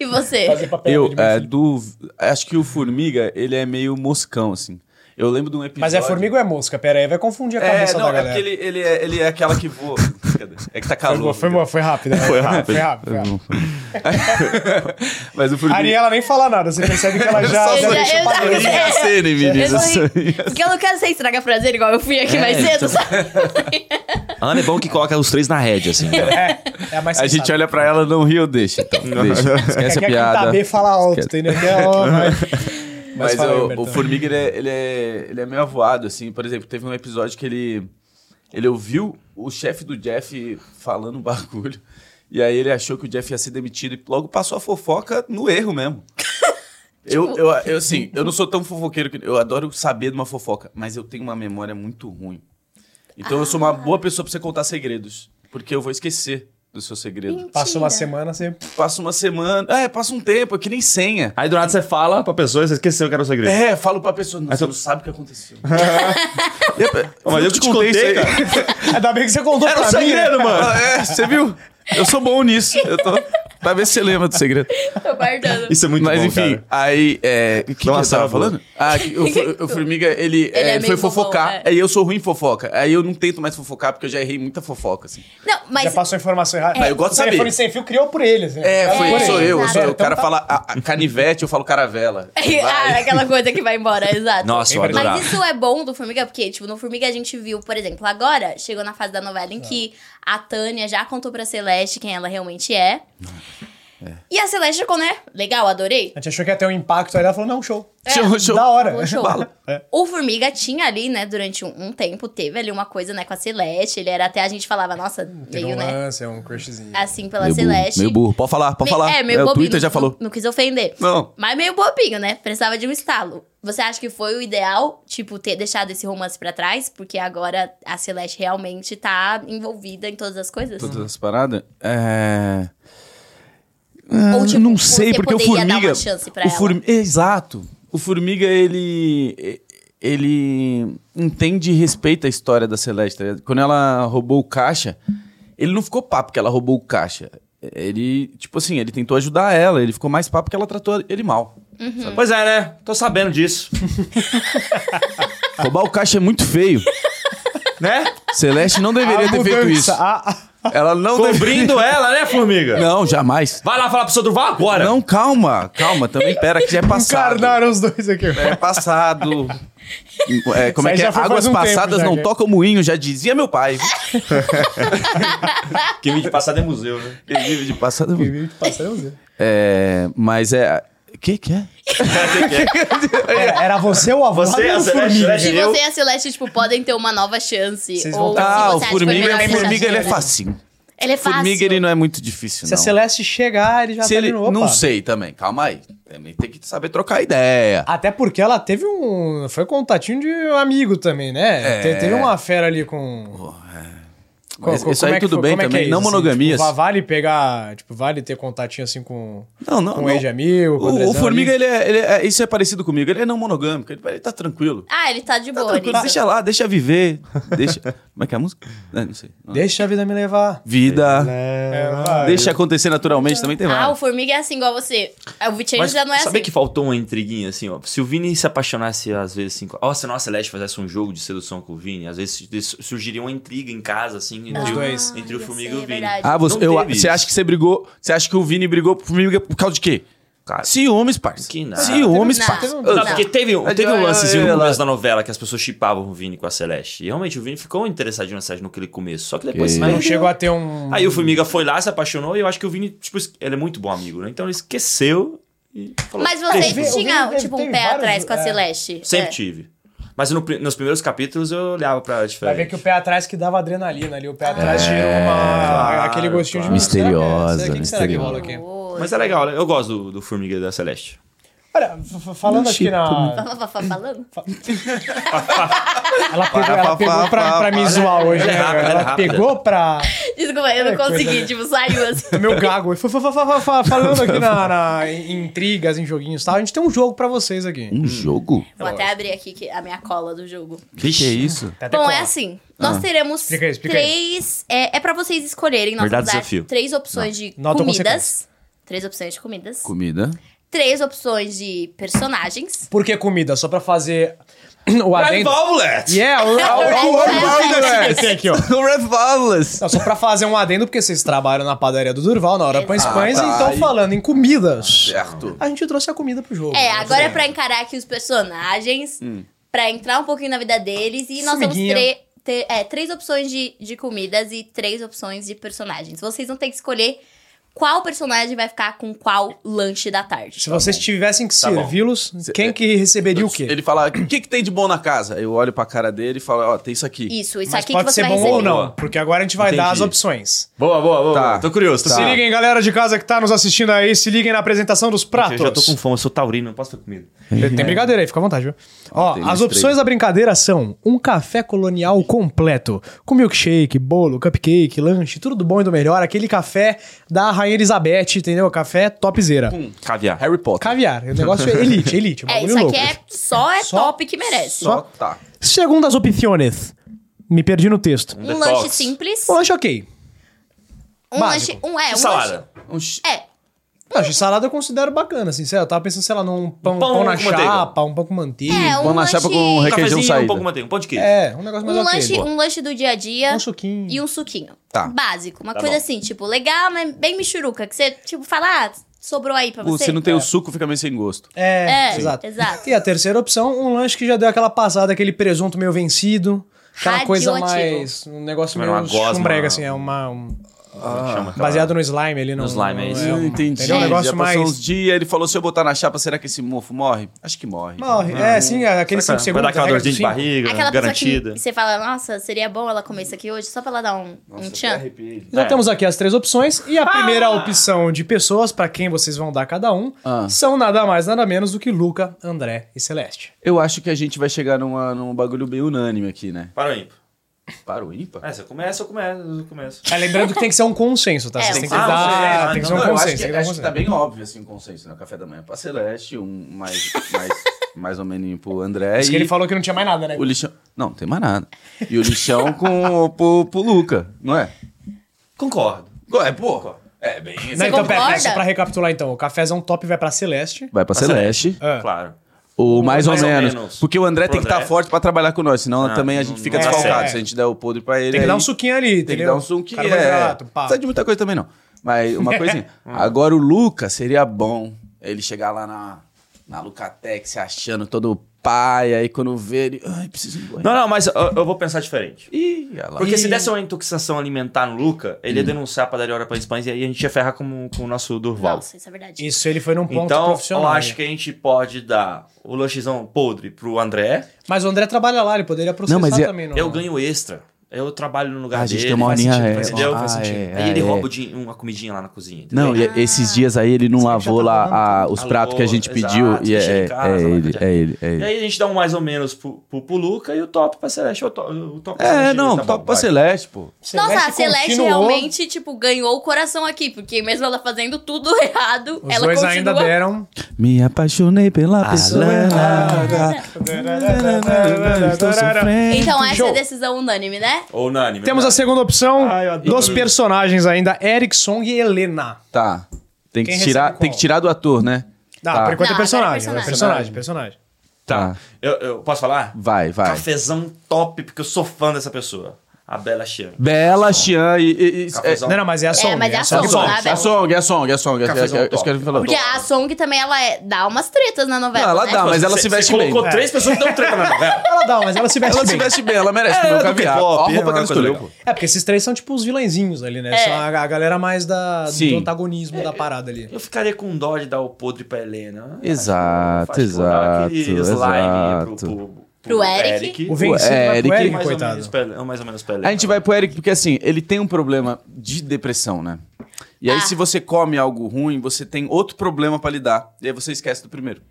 Speaker 5: E você?
Speaker 6: papel
Speaker 3: Eu,
Speaker 6: de meu
Speaker 3: é,
Speaker 6: filho.
Speaker 3: do. Acho que o Formiga, ele é meio moscão, assim. Eu lembro de um episódio.
Speaker 6: Mas é formiga ou é mosca? Pera aí, vai confundir a
Speaker 3: É,
Speaker 6: cabeça
Speaker 3: não,
Speaker 6: da
Speaker 3: é
Speaker 6: galera.
Speaker 3: porque ele, ele, é, ele é aquela que voa. Cadê? É que tá
Speaker 6: Foi boa,
Speaker 3: calor.
Speaker 6: foi boa, foi rápida. né?
Speaker 1: Foi rápido.
Speaker 6: Foi rápido. Foi rápido.
Speaker 3: Mas o
Speaker 6: A
Speaker 3: Formiga. [LAUGHS]
Speaker 6: Ariela nem fala nada, você percebe que ela já.
Speaker 5: Eu
Speaker 6: já
Speaker 5: já-
Speaker 6: deixou
Speaker 5: eu já-
Speaker 6: pra-
Speaker 3: Eu
Speaker 5: É.
Speaker 3: engracei, né,
Speaker 5: Eu
Speaker 3: meninas?
Speaker 5: só
Speaker 3: [LAUGHS]
Speaker 5: ri. Porque eu não quero ser estraga prazer igual eu fui aqui
Speaker 1: É,
Speaker 5: mais cedo,
Speaker 1: então.
Speaker 5: sabe?
Speaker 1: A Ana é bom que coloca os três na rede, assim. né?
Speaker 6: É, é a mais
Speaker 3: A gente
Speaker 6: sensata.
Speaker 3: olha pra ela, não riu, deixa.
Speaker 6: [LAUGHS]
Speaker 3: Então, deixa. Esquece
Speaker 6: Quer
Speaker 3: a
Speaker 6: É que a tá
Speaker 3: piada.
Speaker 6: B fala alto, entendeu? Que é, ó, vai.
Speaker 3: [LAUGHS] Mas,
Speaker 6: fala aí,
Speaker 3: o,
Speaker 6: Bertão.
Speaker 3: o Formiga, ele é, ele, é, ele é meio avoado, assim. Por exemplo, teve um episódio que ele... Ele ouviu o chefe do Jeff falando um bagulho. E aí ele achou que o Jeff ia ser demitido e logo passou a fofoca no erro [LAUGHS] mesmo. Eu, eu, eu, assim, eu não sou tão fofoqueiro que... Eu adoro saber de uma fofoca, mas eu tenho uma memória muito ruim. Então eu sou uma boa pessoa pra você contar segredos. Porque eu vou esquecer do seu segredo.
Speaker 6: Passou uma semana, você. [LAUGHS]
Speaker 3: Passa uma semana... É, passa um tempo, é que nem senha.
Speaker 1: Aí do nada você fala pra pessoa e você esqueceu que era o segredo.
Speaker 3: É, falo pra pessoa, não, você não sabe o que [LAUGHS] aconteceu. Eu-
Speaker 1: Mas eu te contei isso aí,
Speaker 3: cara.
Speaker 6: Ainda bem que você contou
Speaker 3: Era o
Speaker 6: pra mim. né?
Speaker 3: segredo, mano. [LAUGHS] É, você viu? Eu sou bom nisso. Eu tô... Vai ver se você lembra do segredo.
Speaker 5: Tô guardando.
Speaker 1: Isso é muito
Speaker 3: Mas
Speaker 1: bom,
Speaker 3: enfim,
Speaker 1: cara.
Speaker 3: aí. É, o que, que
Speaker 1: uma
Speaker 3: eu tava
Speaker 1: salva.
Speaker 3: falando? Ah,
Speaker 5: [LAUGHS]
Speaker 3: que o, Fo- o Formiga, ele, é,
Speaker 5: é
Speaker 3: ele foi
Speaker 5: meio bobão,
Speaker 3: fofocar.
Speaker 5: é.
Speaker 3: Aí eu sou ruim em fofoca. Aí eu não tento mais fofocar porque eu já errei muita fofoca, assim.
Speaker 1: é-
Speaker 5: Não,
Speaker 6: Já
Speaker 5: mas
Speaker 6: passou a informação errada.
Speaker 3: Mas eu gosto de
Speaker 6: O
Speaker 3: saber.
Speaker 6: telefone sem fio criou por eles. Né?
Speaker 3: É, foi,
Speaker 5: É,
Speaker 3: sou eu.
Speaker 5: exato.
Speaker 3: sou eu. O
Speaker 6: Então
Speaker 3: cara
Speaker 6: tá-
Speaker 3: fala a, a canivete, eu falo caravela.
Speaker 5: [LAUGHS] [LAUGHS] Ah,
Speaker 3: Vai.
Speaker 5: aquela coisa que vai embora, exato.
Speaker 1: Nossa, eu adorava.
Speaker 5: Mas isso é bom do Formiga, porque, tipo, no Formiga a gente viu, por exemplo, agora chegou na fase da novela em que a Tânia já contou pra Celeste quem ela realmente é.
Speaker 6: É.
Speaker 5: E a Celeste ficou, né? Legal, adorei.
Speaker 6: A gente achou que ia ter um impacto aí, ela falou, não, show.
Speaker 5: É,
Speaker 3: Show, show.
Speaker 6: Da hora.
Speaker 5: Pô, show.
Speaker 6: É.
Speaker 5: O Formiga tinha ali, né, durante um, um tempo, teve ali uma coisa, né, com a Celeste. Ele era até, a gente falava, nossa,
Speaker 6: Teve
Speaker 5: meio,
Speaker 6: um
Speaker 5: né,
Speaker 6: lance, é um crushzinho.
Speaker 5: assim pela Celeste.
Speaker 3: Meio burro. Pode falar, pode
Speaker 5: Me-
Speaker 3: falar.
Speaker 5: É, meio
Speaker 3: o
Speaker 5: bobinho.
Speaker 3: Twitter já
Speaker 5: não-
Speaker 3: falou.
Speaker 5: Não, quis ofender.
Speaker 3: Não.
Speaker 5: Mas meio bobinho, né? Precisava de um estalo. Você acha que foi o ideal, tipo, ter deixado esse romance pra trás? Porque agora a Celeste realmente tá envolvida em todas as coisas?
Speaker 3: Todas as paradas? É.
Speaker 5: Ou,
Speaker 3: Ah,
Speaker 5: tipo,
Speaker 3: não sei,
Speaker 5: você
Speaker 3: porque o
Speaker 5: poderia dar
Speaker 3: Formiga.
Speaker 5: uma chance pra
Speaker 3: o
Speaker 5: ela.
Speaker 3: Formi- Exato. O Formiga, ele. Ele entende e respeita a história da Celeste. tá ligado? Quando ela roubou o caixa, ele não ficou papo que ela roubou o caixa. Ele, tipo assim, ele tentou ajudar ela, ele ficou mais papo que ela tratou ele mal.
Speaker 1: Pois é, né? Tô sabendo disso.
Speaker 3: Roubar o caixa é muito
Speaker 5: [LAUGHS]
Speaker 3: feio.
Speaker 1: né?
Speaker 3: Celeste não deveria
Speaker 6: A
Speaker 3: ter feito isso. Tá,
Speaker 6: mudança, a- a-
Speaker 3: Ela não deveria.
Speaker 1: Cobrindo ela, né, formiga?
Speaker 3: Não, jamais.
Speaker 1: Vai lá falar pro seu Durval agora.
Speaker 3: Não, calma, calma, também pera, que já
Speaker 6: [LAUGHS]
Speaker 3: é passado.
Speaker 6: Encarnaram os dois aqui.
Speaker 3: É passado. É, como
Speaker 6: Isso aí
Speaker 3: é que é?
Speaker 6: já foi faz
Speaker 3: Águas
Speaker 6: um tempo
Speaker 3: passadas
Speaker 6: já,
Speaker 3: não
Speaker 6: né?
Speaker 3: tocam moinho, já dizia meu pai.
Speaker 1: Que vídeo passado é museu, né?
Speaker 3: Ele vive de passado.
Speaker 6: Passamos, né?
Speaker 3: É, mas é. O que que é?
Speaker 6: Era, era você ou a avó?
Speaker 1: Você,
Speaker 6: Lá
Speaker 1: a
Speaker 6: no
Speaker 1: Celeste,
Speaker 6: Formiga.
Speaker 1: né?
Speaker 5: Se
Speaker 1: Eu-
Speaker 5: você e a Celeste, tipo, podem ter uma nova chance.
Speaker 6: Vocês vão
Speaker 5: ou
Speaker 6: ter-
Speaker 5: Então, se
Speaker 3: Ah,
Speaker 5: você
Speaker 3: o
Speaker 5: acha que foi
Speaker 3: formiga,
Speaker 5: melhor
Speaker 3: o
Speaker 5: deixar
Speaker 3: formiga ele é
Speaker 5: dinheiro.
Speaker 3: facinho.
Speaker 5: Ele é fácil.
Speaker 3: Formiga ele não é muito difícil,
Speaker 6: Se a
Speaker 3: não.
Speaker 6: Celeste chegar, ele já
Speaker 3: Se
Speaker 6: tá
Speaker 3: ele,
Speaker 6: ali no opa.
Speaker 3: não sei também, calma aí. Também tem que saber trocar ideia.
Speaker 6: Até porque ela teve um. Foi contatinho de amigo também, né?
Speaker 3: É.
Speaker 6: Te- Teve uma fera ali com. Co-
Speaker 3: Mas
Speaker 6: co-
Speaker 3: isso
Speaker 6: como
Speaker 3: aí
Speaker 6: é que
Speaker 3: tudo
Speaker 6: foi-
Speaker 3: bem
Speaker 6: como é que
Speaker 3: também,
Speaker 6: é
Speaker 3: não
Speaker 6: isso, assim?
Speaker 3: monogamias.
Speaker 6: Tipo, va- vale pegar. Tipo, vale ter contatinho assim com.
Speaker 3: Não, não.
Speaker 6: com
Speaker 3: não.
Speaker 6: ex de amigo. com
Speaker 3: O,
Speaker 6: Andrezão
Speaker 3: o formiga,
Speaker 6: ali.
Speaker 3: ele é, ele é- Isso é parecido comigo. Ele é não monogâmico, ele, ele tá tranquilo.
Speaker 5: Ah, ele tá de
Speaker 3: Tá
Speaker 5: boa.
Speaker 3: tranquilo,
Speaker 5: nisso.
Speaker 3: deixa lá, deixa viver. Deixa. Como é que é a música? Ah, não sei.
Speaker 6: Deixa a vida me levar.
Speaker 3: Vida.
Speaker 6: É, vai.
Speaker 3: Deixa acontecer naturalmente também tem
Speaker 5: Ah, o
Speaker 3: vários.
Speaker 5: Formiga é assim igual você. O Vicente já não é
Speaker 1: sabe
Speaker 5: assim.
Speaker 1: que faltou uma intriguinha, assim, ó. Se o Vini se apaixonasse, às vezes, assim... com- Ó, se nossa Celeste fizesse um jogo de sedução com o Vini, às vezes su- su- surgiria uma intriga em casa, assim, entre, o,
Speaker 6: dois.
Speaker 1: entre o
Speaker 5: ia
Speaker 1: Formiga
Speaker 5: ser,
Speaker 1: e o Vini.
Speaker 5: é verdade.
Speaker 3: Ah, você,
Speaker 1: Não
Speaker 3: eu-
Speaker 1: teve
Speaker 3: você
Speaker 1: isso.
Speaker 3: acha que você brigou. Você acha que o Vini brigou comigo por causa de quê?
Speaker 1: Cara,
Speaker 3: Ciúmes, parça.
Speaker 1: Que nada.
Speaker 3: Ciúmes,
Speaker 5: Não.
Speaker 3: parça.
Speaker 5: Não.
Speaker 1: Não, porque teve, um-
Speaker 3: Mas
Speaker 1: teve
Speaker 3: eu-
Speaker 1: um
Speaker 3: eu-
Speaker 1: lancezinho
Speaker 3: eu-
Speaker 1: no
Speaker 3: eu-
Speaker 1: começo da novela que as pessoas chipavam o Vini com a Celeste. E realmente o Vini ficou interessadinho na Celeste no aquele começo. Só que depois se
Speaker 6: Mas não
Speaker 1: perdeu.
Speaker 6: chegou a ter um.
Speaker 1: Aí o Formiga foi lá, se apaixonou e eu acho que o Vini, tipo, es- ele é muito bom amigo, né? Então ele esqueceu e
Speaker 6: Tipo,
Speaker 1: falou.
Speaker 5: Mas vocês
Speaker 6: Teve-
Speaker 5: tinham,
Speaker 6: teve-
Speaker 5: tipo,
Speaker 6: teve
Speaker 5: um pé
Speaker 6: vários-
Speaker 5: atrás com a
Speaker 6: é.
Speaker 5: Celeste.
Speaker 1: Sempre
Speaker 5: É.
Speaker 1: tive. Mas no pri- nos primeiros capítulos eu olhava pra ela
Speaker 6: Vai
Speaker 1: diferente.
Speaker 6: ver que o pé atrás que dava adrenalina ali. O pé
Speaker 3: É,
Speaker 6: atrás gerou uma. Aquele gostinho de
Speaker 1: claro.
Speaker 6: misteriosa. O que que será que
Speaker 2: misteriosa.
Speaker 6: rola aqui?
Speaker 1: Mas é legal, né? eu gosto do, do Formiga e da Celeste.
Speaker 6: Olha, f- f- falando aqui na.
Speaker 5: Fa- fa- fa- É. Falando?
Speaker 6: [LAUGHS] Ela pegou, ela pegou pra, pra me zoar hoje, né?
Speaker 1: Ela é rápida, ela é
Speaker 6: Ela
Speaker 1: rápida.
Speaker 6: pegou pra. [LAUGHS]
Speaker 5: não, eu não
Speaker 6: É coisa,
Speaker 5: consegui,
Speaker 6: né?
Speaker 5: tipo, saiu
Speaker 6: [LAUGHS]
Speaker 5: assim.
Speaker 6: É meu gago. Fa- fa- fa- fa- fa- Falando aqui na, na- em intrigas, em joguinhos e tal, a gente tem um jogo pra vocês aqui.
Speaker 2: Um jogo?
Speaker 6: É
Speaker 5: Vou até abrir aqui que- a minha cola do jogo.
Speaker 2: Que que é isso?
Speaker 6: Tá até
Speaker 5: Bom,
Speaker 6: cola.
Speaker 5: é assim. Nós teremos
Speaker 6: Explica aí, explica aí.
Speaker 5: três. É, é pra vocês escolherem. Nós
Speaker 1: Verdade,
Speaker 5: vamos dar
Speaker 1: desafio.
Speaker 5: três opções de
Speaker 6: Nota ou
Speaker 5: comidas.
Speaker 6: consequência?
Speaker 5: Três opções de comidas.
Speaker 3: Comida.
Speaker 5: Três opções de personagens.
Speaker 6: Por que comida? Só pra fazer [CLEARS THROAT] o
Speaker 1: Red
Speaker 6: adendo.
Speaker 1: Velvet!
Speaker 6: Yeah, o, o,
Speaker 5: [LAUGHS] É
Speaker 6: o, o, [LAUGHS] o aqui, ó.
Speaker 3: O Revolves!
Speaker 6: Não, só pra fazer um adendo, porque vocês trabalham na padaria do Durval, na hora pães pães, então falando em comidas,
Speaker 3: Certo.
Speaker 6: a gente trouxe a comida pro jogo.
Speaker 5: É, agora é pra encarar aqui os personagens, pra entrar um pouquinho na vida deles. E nós vamos
Speaker 6: Hum. Formiguinha.
Speaker 5: tre- ter é, três opções de, de comidas e três opções de personagens. Vocês vão ter que escolher qual personagem vai ficar com qual lanche da tarde.
Speaker 6: Se vocês tivessem que servi-los, quem que receberia o quê?
Speaker 3: Ele fala, o que, que tem de bom na casa? Eu olho pra cara dele e falo, ó, tem isso aqui.
Speaker 5: Isso, isso
Speaker 6: Mas
Speaker 5: aqui
Speaker 6: pode
Speaker 5: que
Speaker 6: ser
Speaker 5: você vai
Speaker 6: bom
Speaker 5: receber.
Speaker 6: ou não, porque agora a gente vai dar as
Speaker 3: Entendi.
Speaker 6: opções.
Speaker 1: Boa, boa, boa.
Speaker 3: Tá.
Speaker 1: boa. Tô curioso, tô
Speaker 6: Se
Speaker 1: curioso.
Speaker 6: liguem, galera de casa que tá nos assistindo aí, se liguem na apresentação dos pratos.
Speaker 1: Eu já tô com fome, eu sou taurino, não posso ter comida.
Speaker 6: Tem brincadeira aí, fica à vontade, viu? Ó,
Speaker 3: tem
Speaker 6: as
Speaker 3: mais
Speaker 6: opções
Speaker 3: três.
Speaker 6: da brincadeira são um café colonial completo, com milkshake, bolo, cupcake, lanche, tudo do bom e do melhor, aquele café da Rainha Elizabeth, entendeu? Café topzera.
Speaker 1: Caviar.
Speaker 3: Harry Potter.
Speaker 6: Caviar, o negócio é elite, elite, um
Speaker 5: [LAUGHS] É,
Speaker 6: bagulho
Speaker 5: isso
Speaker 6: louco.
Speaker 5: aqui é, só é
Speaker 6: Só-
Speaker 5: top que merece.
Speaker 3: Só tá.
Speaker 6: Segundo as opções, me perdi no texto.
Speaker 5: Um
Speaker 1: Detox.
Speaker 5: lanche simples.
Speaker 6: Um lanche ok.
Speaker 5: Um
Speaker 6: básico.
Speaker 5: lanche. Um, é, um lanche.
Speaker 1: Salada.
Speaker 3: Um ch-
Speaker 5: É.
Speaker 6: Lanche de salada eu considero bacana, assim, sei lá, eu tava pensando, sei lá, num
Speaker 1: Pão
Speaker 6: pão, pão na
Speaker 1: com manteiga.
Speaker 6: chapa, um pão com manteiga.
Speaker 5: É, um
Speaker 3: pão na
Speaker 5: lanche.
Speaker 3: chapa com
Speaker 1: Um
Speaker 3: requeijão
Speaker 1: cafezinho,
Speaker 3: saída.
Speaker 1: um pouco de manteiga, um pão de queijo.
Speaker 6: É, um negócio mais
Speaker 5: Um
Speaker 6: ok.
Speaker 5: lanche, um lanche do dia a dia.
Speaker 6: Um suquinho.
Speaker 5: E um suquinho.
Speaker 3: Tá.
Speaker 5: Básico. Uma coisa assim, tipo, legal, mas bem michuruca. Que você, tipo, fala, ah, sobrou aí
Speaker 6: Uh,
Speaker 5: pra você.
Speaker 3: Se não tem o suco, fica meio sem gosto.
Speaker 6: É,
Speaker 5: É,
Speaker 6: exato.
Speaker 5: exato.
Speaker 6: E a terceira opção, um lanche que já deu aquela passada, aquele presunto meio vencido. Aquela coisa
Speaker 5: Radioativo.
Speaker 6: mais. Um negócio
Speaker 1: Era
Speaker 6: meio
Speaker 1: uma gosma. Ah. é
Speaker 6: chumbrega, assim. É uma. um-
Speaker 1: Chama aquela-
Speaker 6: baseado no slime ali. No,
Speaker 1: slime, é isso.
Speaker 6: um-
Speaker 3: Eu Hum, entendi.
Speaker 6: entendeu? um negócio
Speaker 3: Já passou uns
Speaker 6: mais.
Speaker 3: dias, ele falou, se eu botar na chapa, será que esse mofo morre? Acho que morre.
Speaker 6: Morre. É, sim, é aquele 5
Speaker 1: Ah, Vai
Speaker 6: segundos.
Speaker 1: dar aquela dorzinha
Speaker 6: regra dos
Speaker 1: de
Speaker 6: cinco.
Speaker 1: barriga,
Speaker 5: Aquela
Speaker 1: garantida.
Speaker 5: pessoa que você fala, nossa, seria bom ela comer isso aqui hoje, só pra ela dar um, um tchan.
Speaker 1: É.
Speaker 6: Então temos aqui as três opções. E a
Speaker 5: Ah.
Speaker 6: primeira opção de pessoas, pra quem vocês vão dar cada um,
Speaker 3: Ah.
Speaker 6: são nada mais, nada menos do que Luca, André e Celeste.
Speaker 3: Eu acho que a gente vai chegar numa, num bagulho bem unânime aqui, né?
Speaker 1: Para o ímpar.
Speaker 3: Para o ímpar?
Speaker 1: É, você começa, eu começo, eu começo.
Speaker 6: É, lembrando que tem que ser um consenso, tá?
Speaker 5: É,
Speaker 6: Vocês
Speaker 5: um
Speaker 6: têm que
Speaker 1: consenso. Ah,
Speaker 6: dar.
Speaker 1: sim,
Speaker 6: Tem que
Speaker 1: sim.
Speaker 6: ser
Speaker 1: Não,
Speaker 6: um
Speaker 3: eu acho
Speaker 6: consenso.
Speaker 3: que,
Speaker 6: tem que dar um
Speaker 3: acho que tá
Speaker 6: consenho.
Speaker 3: bem óbvio, assim, o consenso, né? Café da manhã pra Celeste, um mais, mais, [LAUGHS] mais ou menos pro André
Speaker 6: Isso
Speaker 3: e
Speaker 6: que ele falou que não tinha mais nada, né?
Speaker 3: o lixão... Não, não tem mais nada. E o lixão com, o- pro, pro Luca, não é?
Speaker 1: Concordo.
Speaker 3: É, pô. É, bem...
Speaker 6: Não, então, pera,
Speaker 5: concorda?
Speaker 6: pera, só pra recapitular então. O cafezão top vai pra Celeste.
Speaker 3: Vai pra Celeste.
Speaker 6: Ah.
Speaker 1: Claro.
Speaker 3: Ou mais,
Speaker 1: Mais
Speaker 3: ou,
Speaker 1: ou
Speaker 3: menos.
Speaker 1: menos.
Speaker 3: Porque o André tem que
Speaker 1: Pro
Speaker 3: estar
Speaker 1: André.
Speaker 3: forte pra trabalhar com nós, senão
Speaker 1: Ah,
Speaker 3: também a gente
Speaker 1: não-
Speaker 3: fica
Speaker 1: não dá
Speaker 3: desfalcado.
Speaker 6: certo.
Speaker 3: Se a gente der o podre pra ele.
Speaker 6: Tem que dar
Speaker 3: aí
Speaker 6: um suquinho ali,
Speaker 3: Tem que dar um suquinho. É, não precisa de muita coisa também, não. Mas
Speaker 6: [LAUGHS]
Speaker 3: uma
Speaker 6: É.
Speaker 3: coisinha.
Speaker 6: Ah.
Speaker 3: Agora o Luca seria bom ele chegar lá na, na Lucatec se achando todo pai, aí quando vê ele. Ai, preciso ir no banheiro."
Speaker 1: Não, não, mas eu, eu vou pensar diferente.
Speaker 3: Ih, olha lá.
Speaker 1: Porque se desse uma intoxicação alimentar no Luca, ele ia denunciar a padaria Hora para Espanha e aí a gente ia ferrar com, com o nosso Durval.
Speaker 5: Nossa, isso é verdade.
Speaker 6: Isso, ele foi num um ponto
Speaker 1: Então,
Speaker 6: profissional.
Speaker 1: eu acho
Speaker 6: né?
Speaker 1: que a gente pode dar o lanchezão podre pro André.
Speaker 6: Mas o André trabalha lá, ele poderia processar
Speaker 3: Não, mas e-
Speaker 6: também. Não. é?
Speaker 1: Eu ganho extra. Eu trabalho no lugar
Speaker 3: Ah, a
Speaker 1: dele.
Speaker 3: gente tem uma
Speaker 1: faz
Speaker 3: horinha,
Speaker 1: sentido,
Speaker 3: é.
Speaker 1: faz entendeu?
Speaker 3: Ah,
Speaker 1: faz
Speaker 3: é,
Speaker 1: sentido.
Speaker 3: é,
Speaker 1: aí ele
Speaker 3: é.
Speaker 1: rouba o din- uma comidinha lá na cozinha. entendeu?
Speaker 3: Não, e
Speaker 6: Ah.
Speaker 3: esses dias aí ele não
Speaker 6: tá
Speaker 3: lavou lá a- os
Speaker 1: Alô,
Speaker 3: pratos que a gente pediu.
Speaker 1: exato,
Speaker 3: e
Speaker 1: deixa
Speaker 3: é,
Speaker 1: em casa,
Speaker 3: é
Speaker 1: lá,
Speaker 3: ele,
Speaker 1: já.
Speaker 3: é ele, é
Speaker 1: E
Speaker 3: ele.
Speaker 1: aí a gente dá um mais ou menos pro, pro, pro Luca e o top pra Celeste. O top, o top pra
Speaker 3: É,
Speaker 1: Celeste,
Speaker 3: não,
Speaker 1: tá bom,
Speaker 3: topa pra
Speaker 1: vai.
Speaker 3: Celeste, pô.
Speaker 5: Nossa, a Celeste
Speaker 6: continuou.
Speaker 5: realmente, tipo, ganhou o coração aqui, porque mesmo ela fazendo tudo [LAUGHS] errado,
Speaker 6: Os
Speaker 5: ela
Speaker 6: dois
Speaker 5: continua.
Speaker 6: ainda deram.
Speaker 3: Me apaixonei pela pessoa. errada.
Speaker 5: Então essa é
Speaker 6: Show.
Speaker 5: a decisão unânime, né?
Speaker 1: Ou Nani.
Speaker 6: Temos
Speaker 3: assim-
Speaker 6: a segunda opção
Speaker 1: Ai, eu adoro.
Speaker 6: dos personagens ainda, Eric Song e Helena.
Speaker 3: Tá. Tem
Speaker 6: Quem
Speaker 3: que, tirar,
Speaker 6: recebe
Speaker 3: tem
Speaker 6: qual?
Speaker 3: que tirar do ator, né?
Speaker 6: Não,
Speaker 3: Tá.
Speaker 6: por enquanto é
Speaker 5: Não, agora é
Speaker 6: personagem.
Speaker 5: personagem.
Speaker 6: É personagem, personagem.
Speaker 3: Tá.
Speaker 1: Eu, eu posso falar?
Speaker 3: Vai, vai.
Speaker 1: Cafezão top, porque eu sou fã dessa pessoa. A Bela Chiang.
Speaker 3: Bela, Chian e. e, e é,
Speaker 1: Cafezão.
Speaker 6: Não, não, mas é a Song.
Speaker 5: mas é a
Speaker 3: é
Speaker 5: Song,
Speaker 3: song,
Speaker 5: né,
Speaker 3: é
Speaker 5: Bela?
Speaker 3: song, é song, é song. É, é, é,
Speaker 1: Cafezão
Speaker 3: é, isso
Speaker 1: top.
Speaker 3: que ele falou.
Speaker 5: Porque a Song também, ela é- dá umas tretas na novela,
Speaker 3: Não, ela
Speaker 5: né?
Speaker 3: dá, mas ela
Speaker 1: Cê-
Speaker 3: se
Speaker 1: cê
Speaker 3: veste bem.
Speaker 1: é
Speaker 3: É.
Speaker 1: colocou três pessoas
Speaker 3: [LAUGHS]
Speaker 1: que dão treta na novela.
Speaker 6: Ela dá, mas ela se veste
Speaker 3: Ela se
Speaker 6: bem.
Speaker 3: veste bem, ela merece comer
Speaker 1: É,
Speaker 3: o
Speaker 1: do
Speaker 3: caviar.
Speaker 1: K-pop,
Speaker 3: Ó
Speaker 1: é
Speaker 3: a roupa
Speaker 1: uma
Speaker 3: que ela
Speaker 1: coisa
Speaker 3: escolheu,
Speaker 1: legal.
Speaker 3: pô.
Speaker 6: É, porque esses três são tipo os vilãozinhos ali,
Speaker 5: É.
Speaker 6: né? São a, a galera mais da, do
Speaker 3: Sim.
Speaker 6: antagonismo da parada ali.
Speaker 1: Eu ficaria com dó de dar o podre pra Helena.
Speaker 3: Exato,
Speaker 1: Faz, tipo, dar aquele
Speaker 3: exato,
Speaker 1: slime pro,
Speaker 3: exato.
Speaker 1: pro,
Speaker 5: Pro Eric.
Speaker 6: O vencido vai
Speaker 3: é,
Speaker 6: pro
Speaker 3: Eric,
Speaker 6: Eric,
Speaker 1: mais, ou menos
Speaker 6: coitado.
Speaker 1: pra Helena, mais ou menos pra Helena.
Speaker 3: A gente vai pro Eric porque assim, ele tem um problema de depressão, né? E aí,
Speaker 5: Ah.
Speaker 3: se você come algo ruim, você tem outro problema pra lidar. E aí você esquece do primeiro.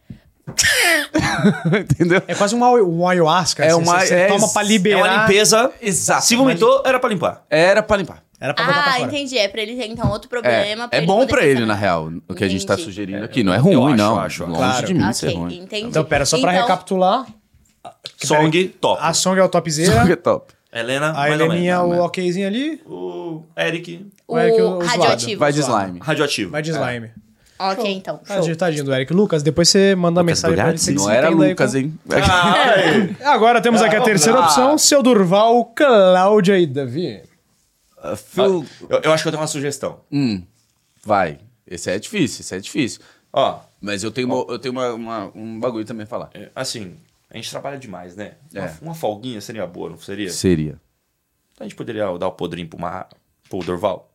Speaker 3: Entendeu?
Speaker 6: É quase um, ay- um ayahuasca.
Speaker 3: É
Speaker 6: assim,
Speaker 3: uma-
Speaker 6: você
Speaker 3: é
Speaker 6: toma pra liberar.
Speaker 1: É uma limpeza.
Speaker 3: Exato.
Speaker 1: Se vomitou, era pra limpar.
Speaker 3: Era pra limpar.
Speaker 6: Era pra botar pra
Speaker 5: Ah,
Speaker 6: fora.
Speaker 5: entendi. É pra ele ter, então, outro
Speaker 3: É,
Speaker 5: problema.
Speaker 3: é bom
Speaker 5: poder
Speaker 3: pra ele,
Speaker 5: pensar.
Speaker 3: na real, o que a gente tá
Speaker 5: Entendi.
Speaker 3: sugerindo aqui. Não é ruim,
Speaker 1: acho,
Speaker 3: não. né?
Speaker 1: acho,
Speaker 3: Longe
Speaker 6: claro.
Speaker 3: de mim de ser
Speaker 5: Ok,
Speaker 3: ruim.
Speaker 5: entendi.
Speaker 6: Então, pera, só pra
Speaker 5: Então,
Speaker 6: recapitular.
Speaker 1: Song, top.
Speaker 6: A Song é o topzera.
Speaker 3: Song é top.
Speaker 1: Helena,
Speaker 6: A
Speaker 1: mais ou menos.
Speaker 6: Heleninha é o okzinho ali.
Speaker 1: O Eric,
Speaker 5: O
Speaker 6: é que eu- os
Speaker 5: radioativo.
Speaker 3: Vai de slime.
Speaker 1: radioativo.
Speaker 3: É.
Speaker 6: Vai de slime.
Speaker 5: Ok, então.
Speaker 6: Tá de- Tadinho do Eric. Lucas, depois você manda mensagem pra ele.
Speaker 2: Doriades?
Speaker 6: você que
Speaker 3: Não
Speaker 6: se
Speaker 3: era
Speaker 6: entenda aí
Speaker 3: Lucas,
Speaker 6: com-
Speaker 3: hein? Ah,
Speaker 6: Agora temos aqui a terceira opção. Seu Durval, Cláudia e Davi.
Speaker 1: Eu, eu acho que eu tenho uma sugestão.
Speaker 3: Hum, vai. Esse é difícil, esse é difícil.
Speaker 1: Ó,
Speaker 3: Mas eu tenho, uma- eu tenho uma- uma- um bagulho também a falar.
Speaker 1: é, assim, a gente trabalha demais, né? Uma,
Speaker 3: É.
Speaker 1: uma folguinha seria boa, não seria?
Speaker 3: Seria.
Speaker 1: Então a gente poderia dar o podrinho pro, Mar... pro Dorval.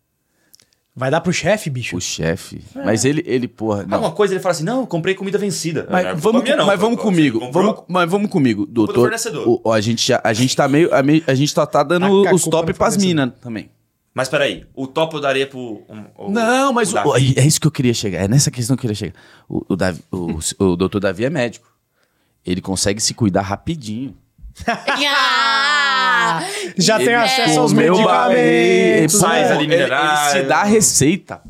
Speaker 6: Vai dar pro chefe, bicho?
Speaker 3: O chefe. Mas ele, ele, porra. Não.
Speaker 1: Alguma coisa ele fala assim, não, eu comprei comida vencida.
Speaker 3: Mas
Speaker 1: Não é culpa
Speaker 3: vamos,
Speaker 1: minha, não.
Speaker 3: mas vamos
Speaker 1: Você
Speaker 3: comigo.
Speaker 1: comprou?
Speaker 3: Vamos, mas vamos comigo,
Speaker 1: do
Speaker 3: doutor.
Speaker 1: fornecedor.
Speaker 3: O- ó, a gente já, a gente tá meio, a, me- a gente tá, tá dando
Speaker 6: Taca a
Speaker 3: os
Speaker 6: culpa
Speaker 3: top
Speaker 6: no
Speaker 3: pras
Speaker 6: fornecedor.
Speaker 3: minas também.
Speaker 1: Mas peraí, o top eu daria pro... um- o-
Speaker 3: Não, mas
Speaker 1: o
Speaker 3: o-
Speaker 1: Davi.
Speaker 3: [LAUGHS] é isso que eu queria chegar. É nessa questão que eu queria chegar. O, o, Davi- o, o doutor Davi é médico. Ele consegue se cuidar rapidinho.
Speaker 5: [LAUGHS] Ah!
Speaker 6: Já tem
Speaker 3: Ele
Speaker 6: acesso aos
Speaker 3: comeu
Speaker 6: medicamentos.
Speaker 3: ba-
Speaker 1: sais
Speaker 6: né?
Speaker 1: ali
Speaker 3: Ele- ele
Speaker 1: minerais.
Speaker 3: se dá a receita.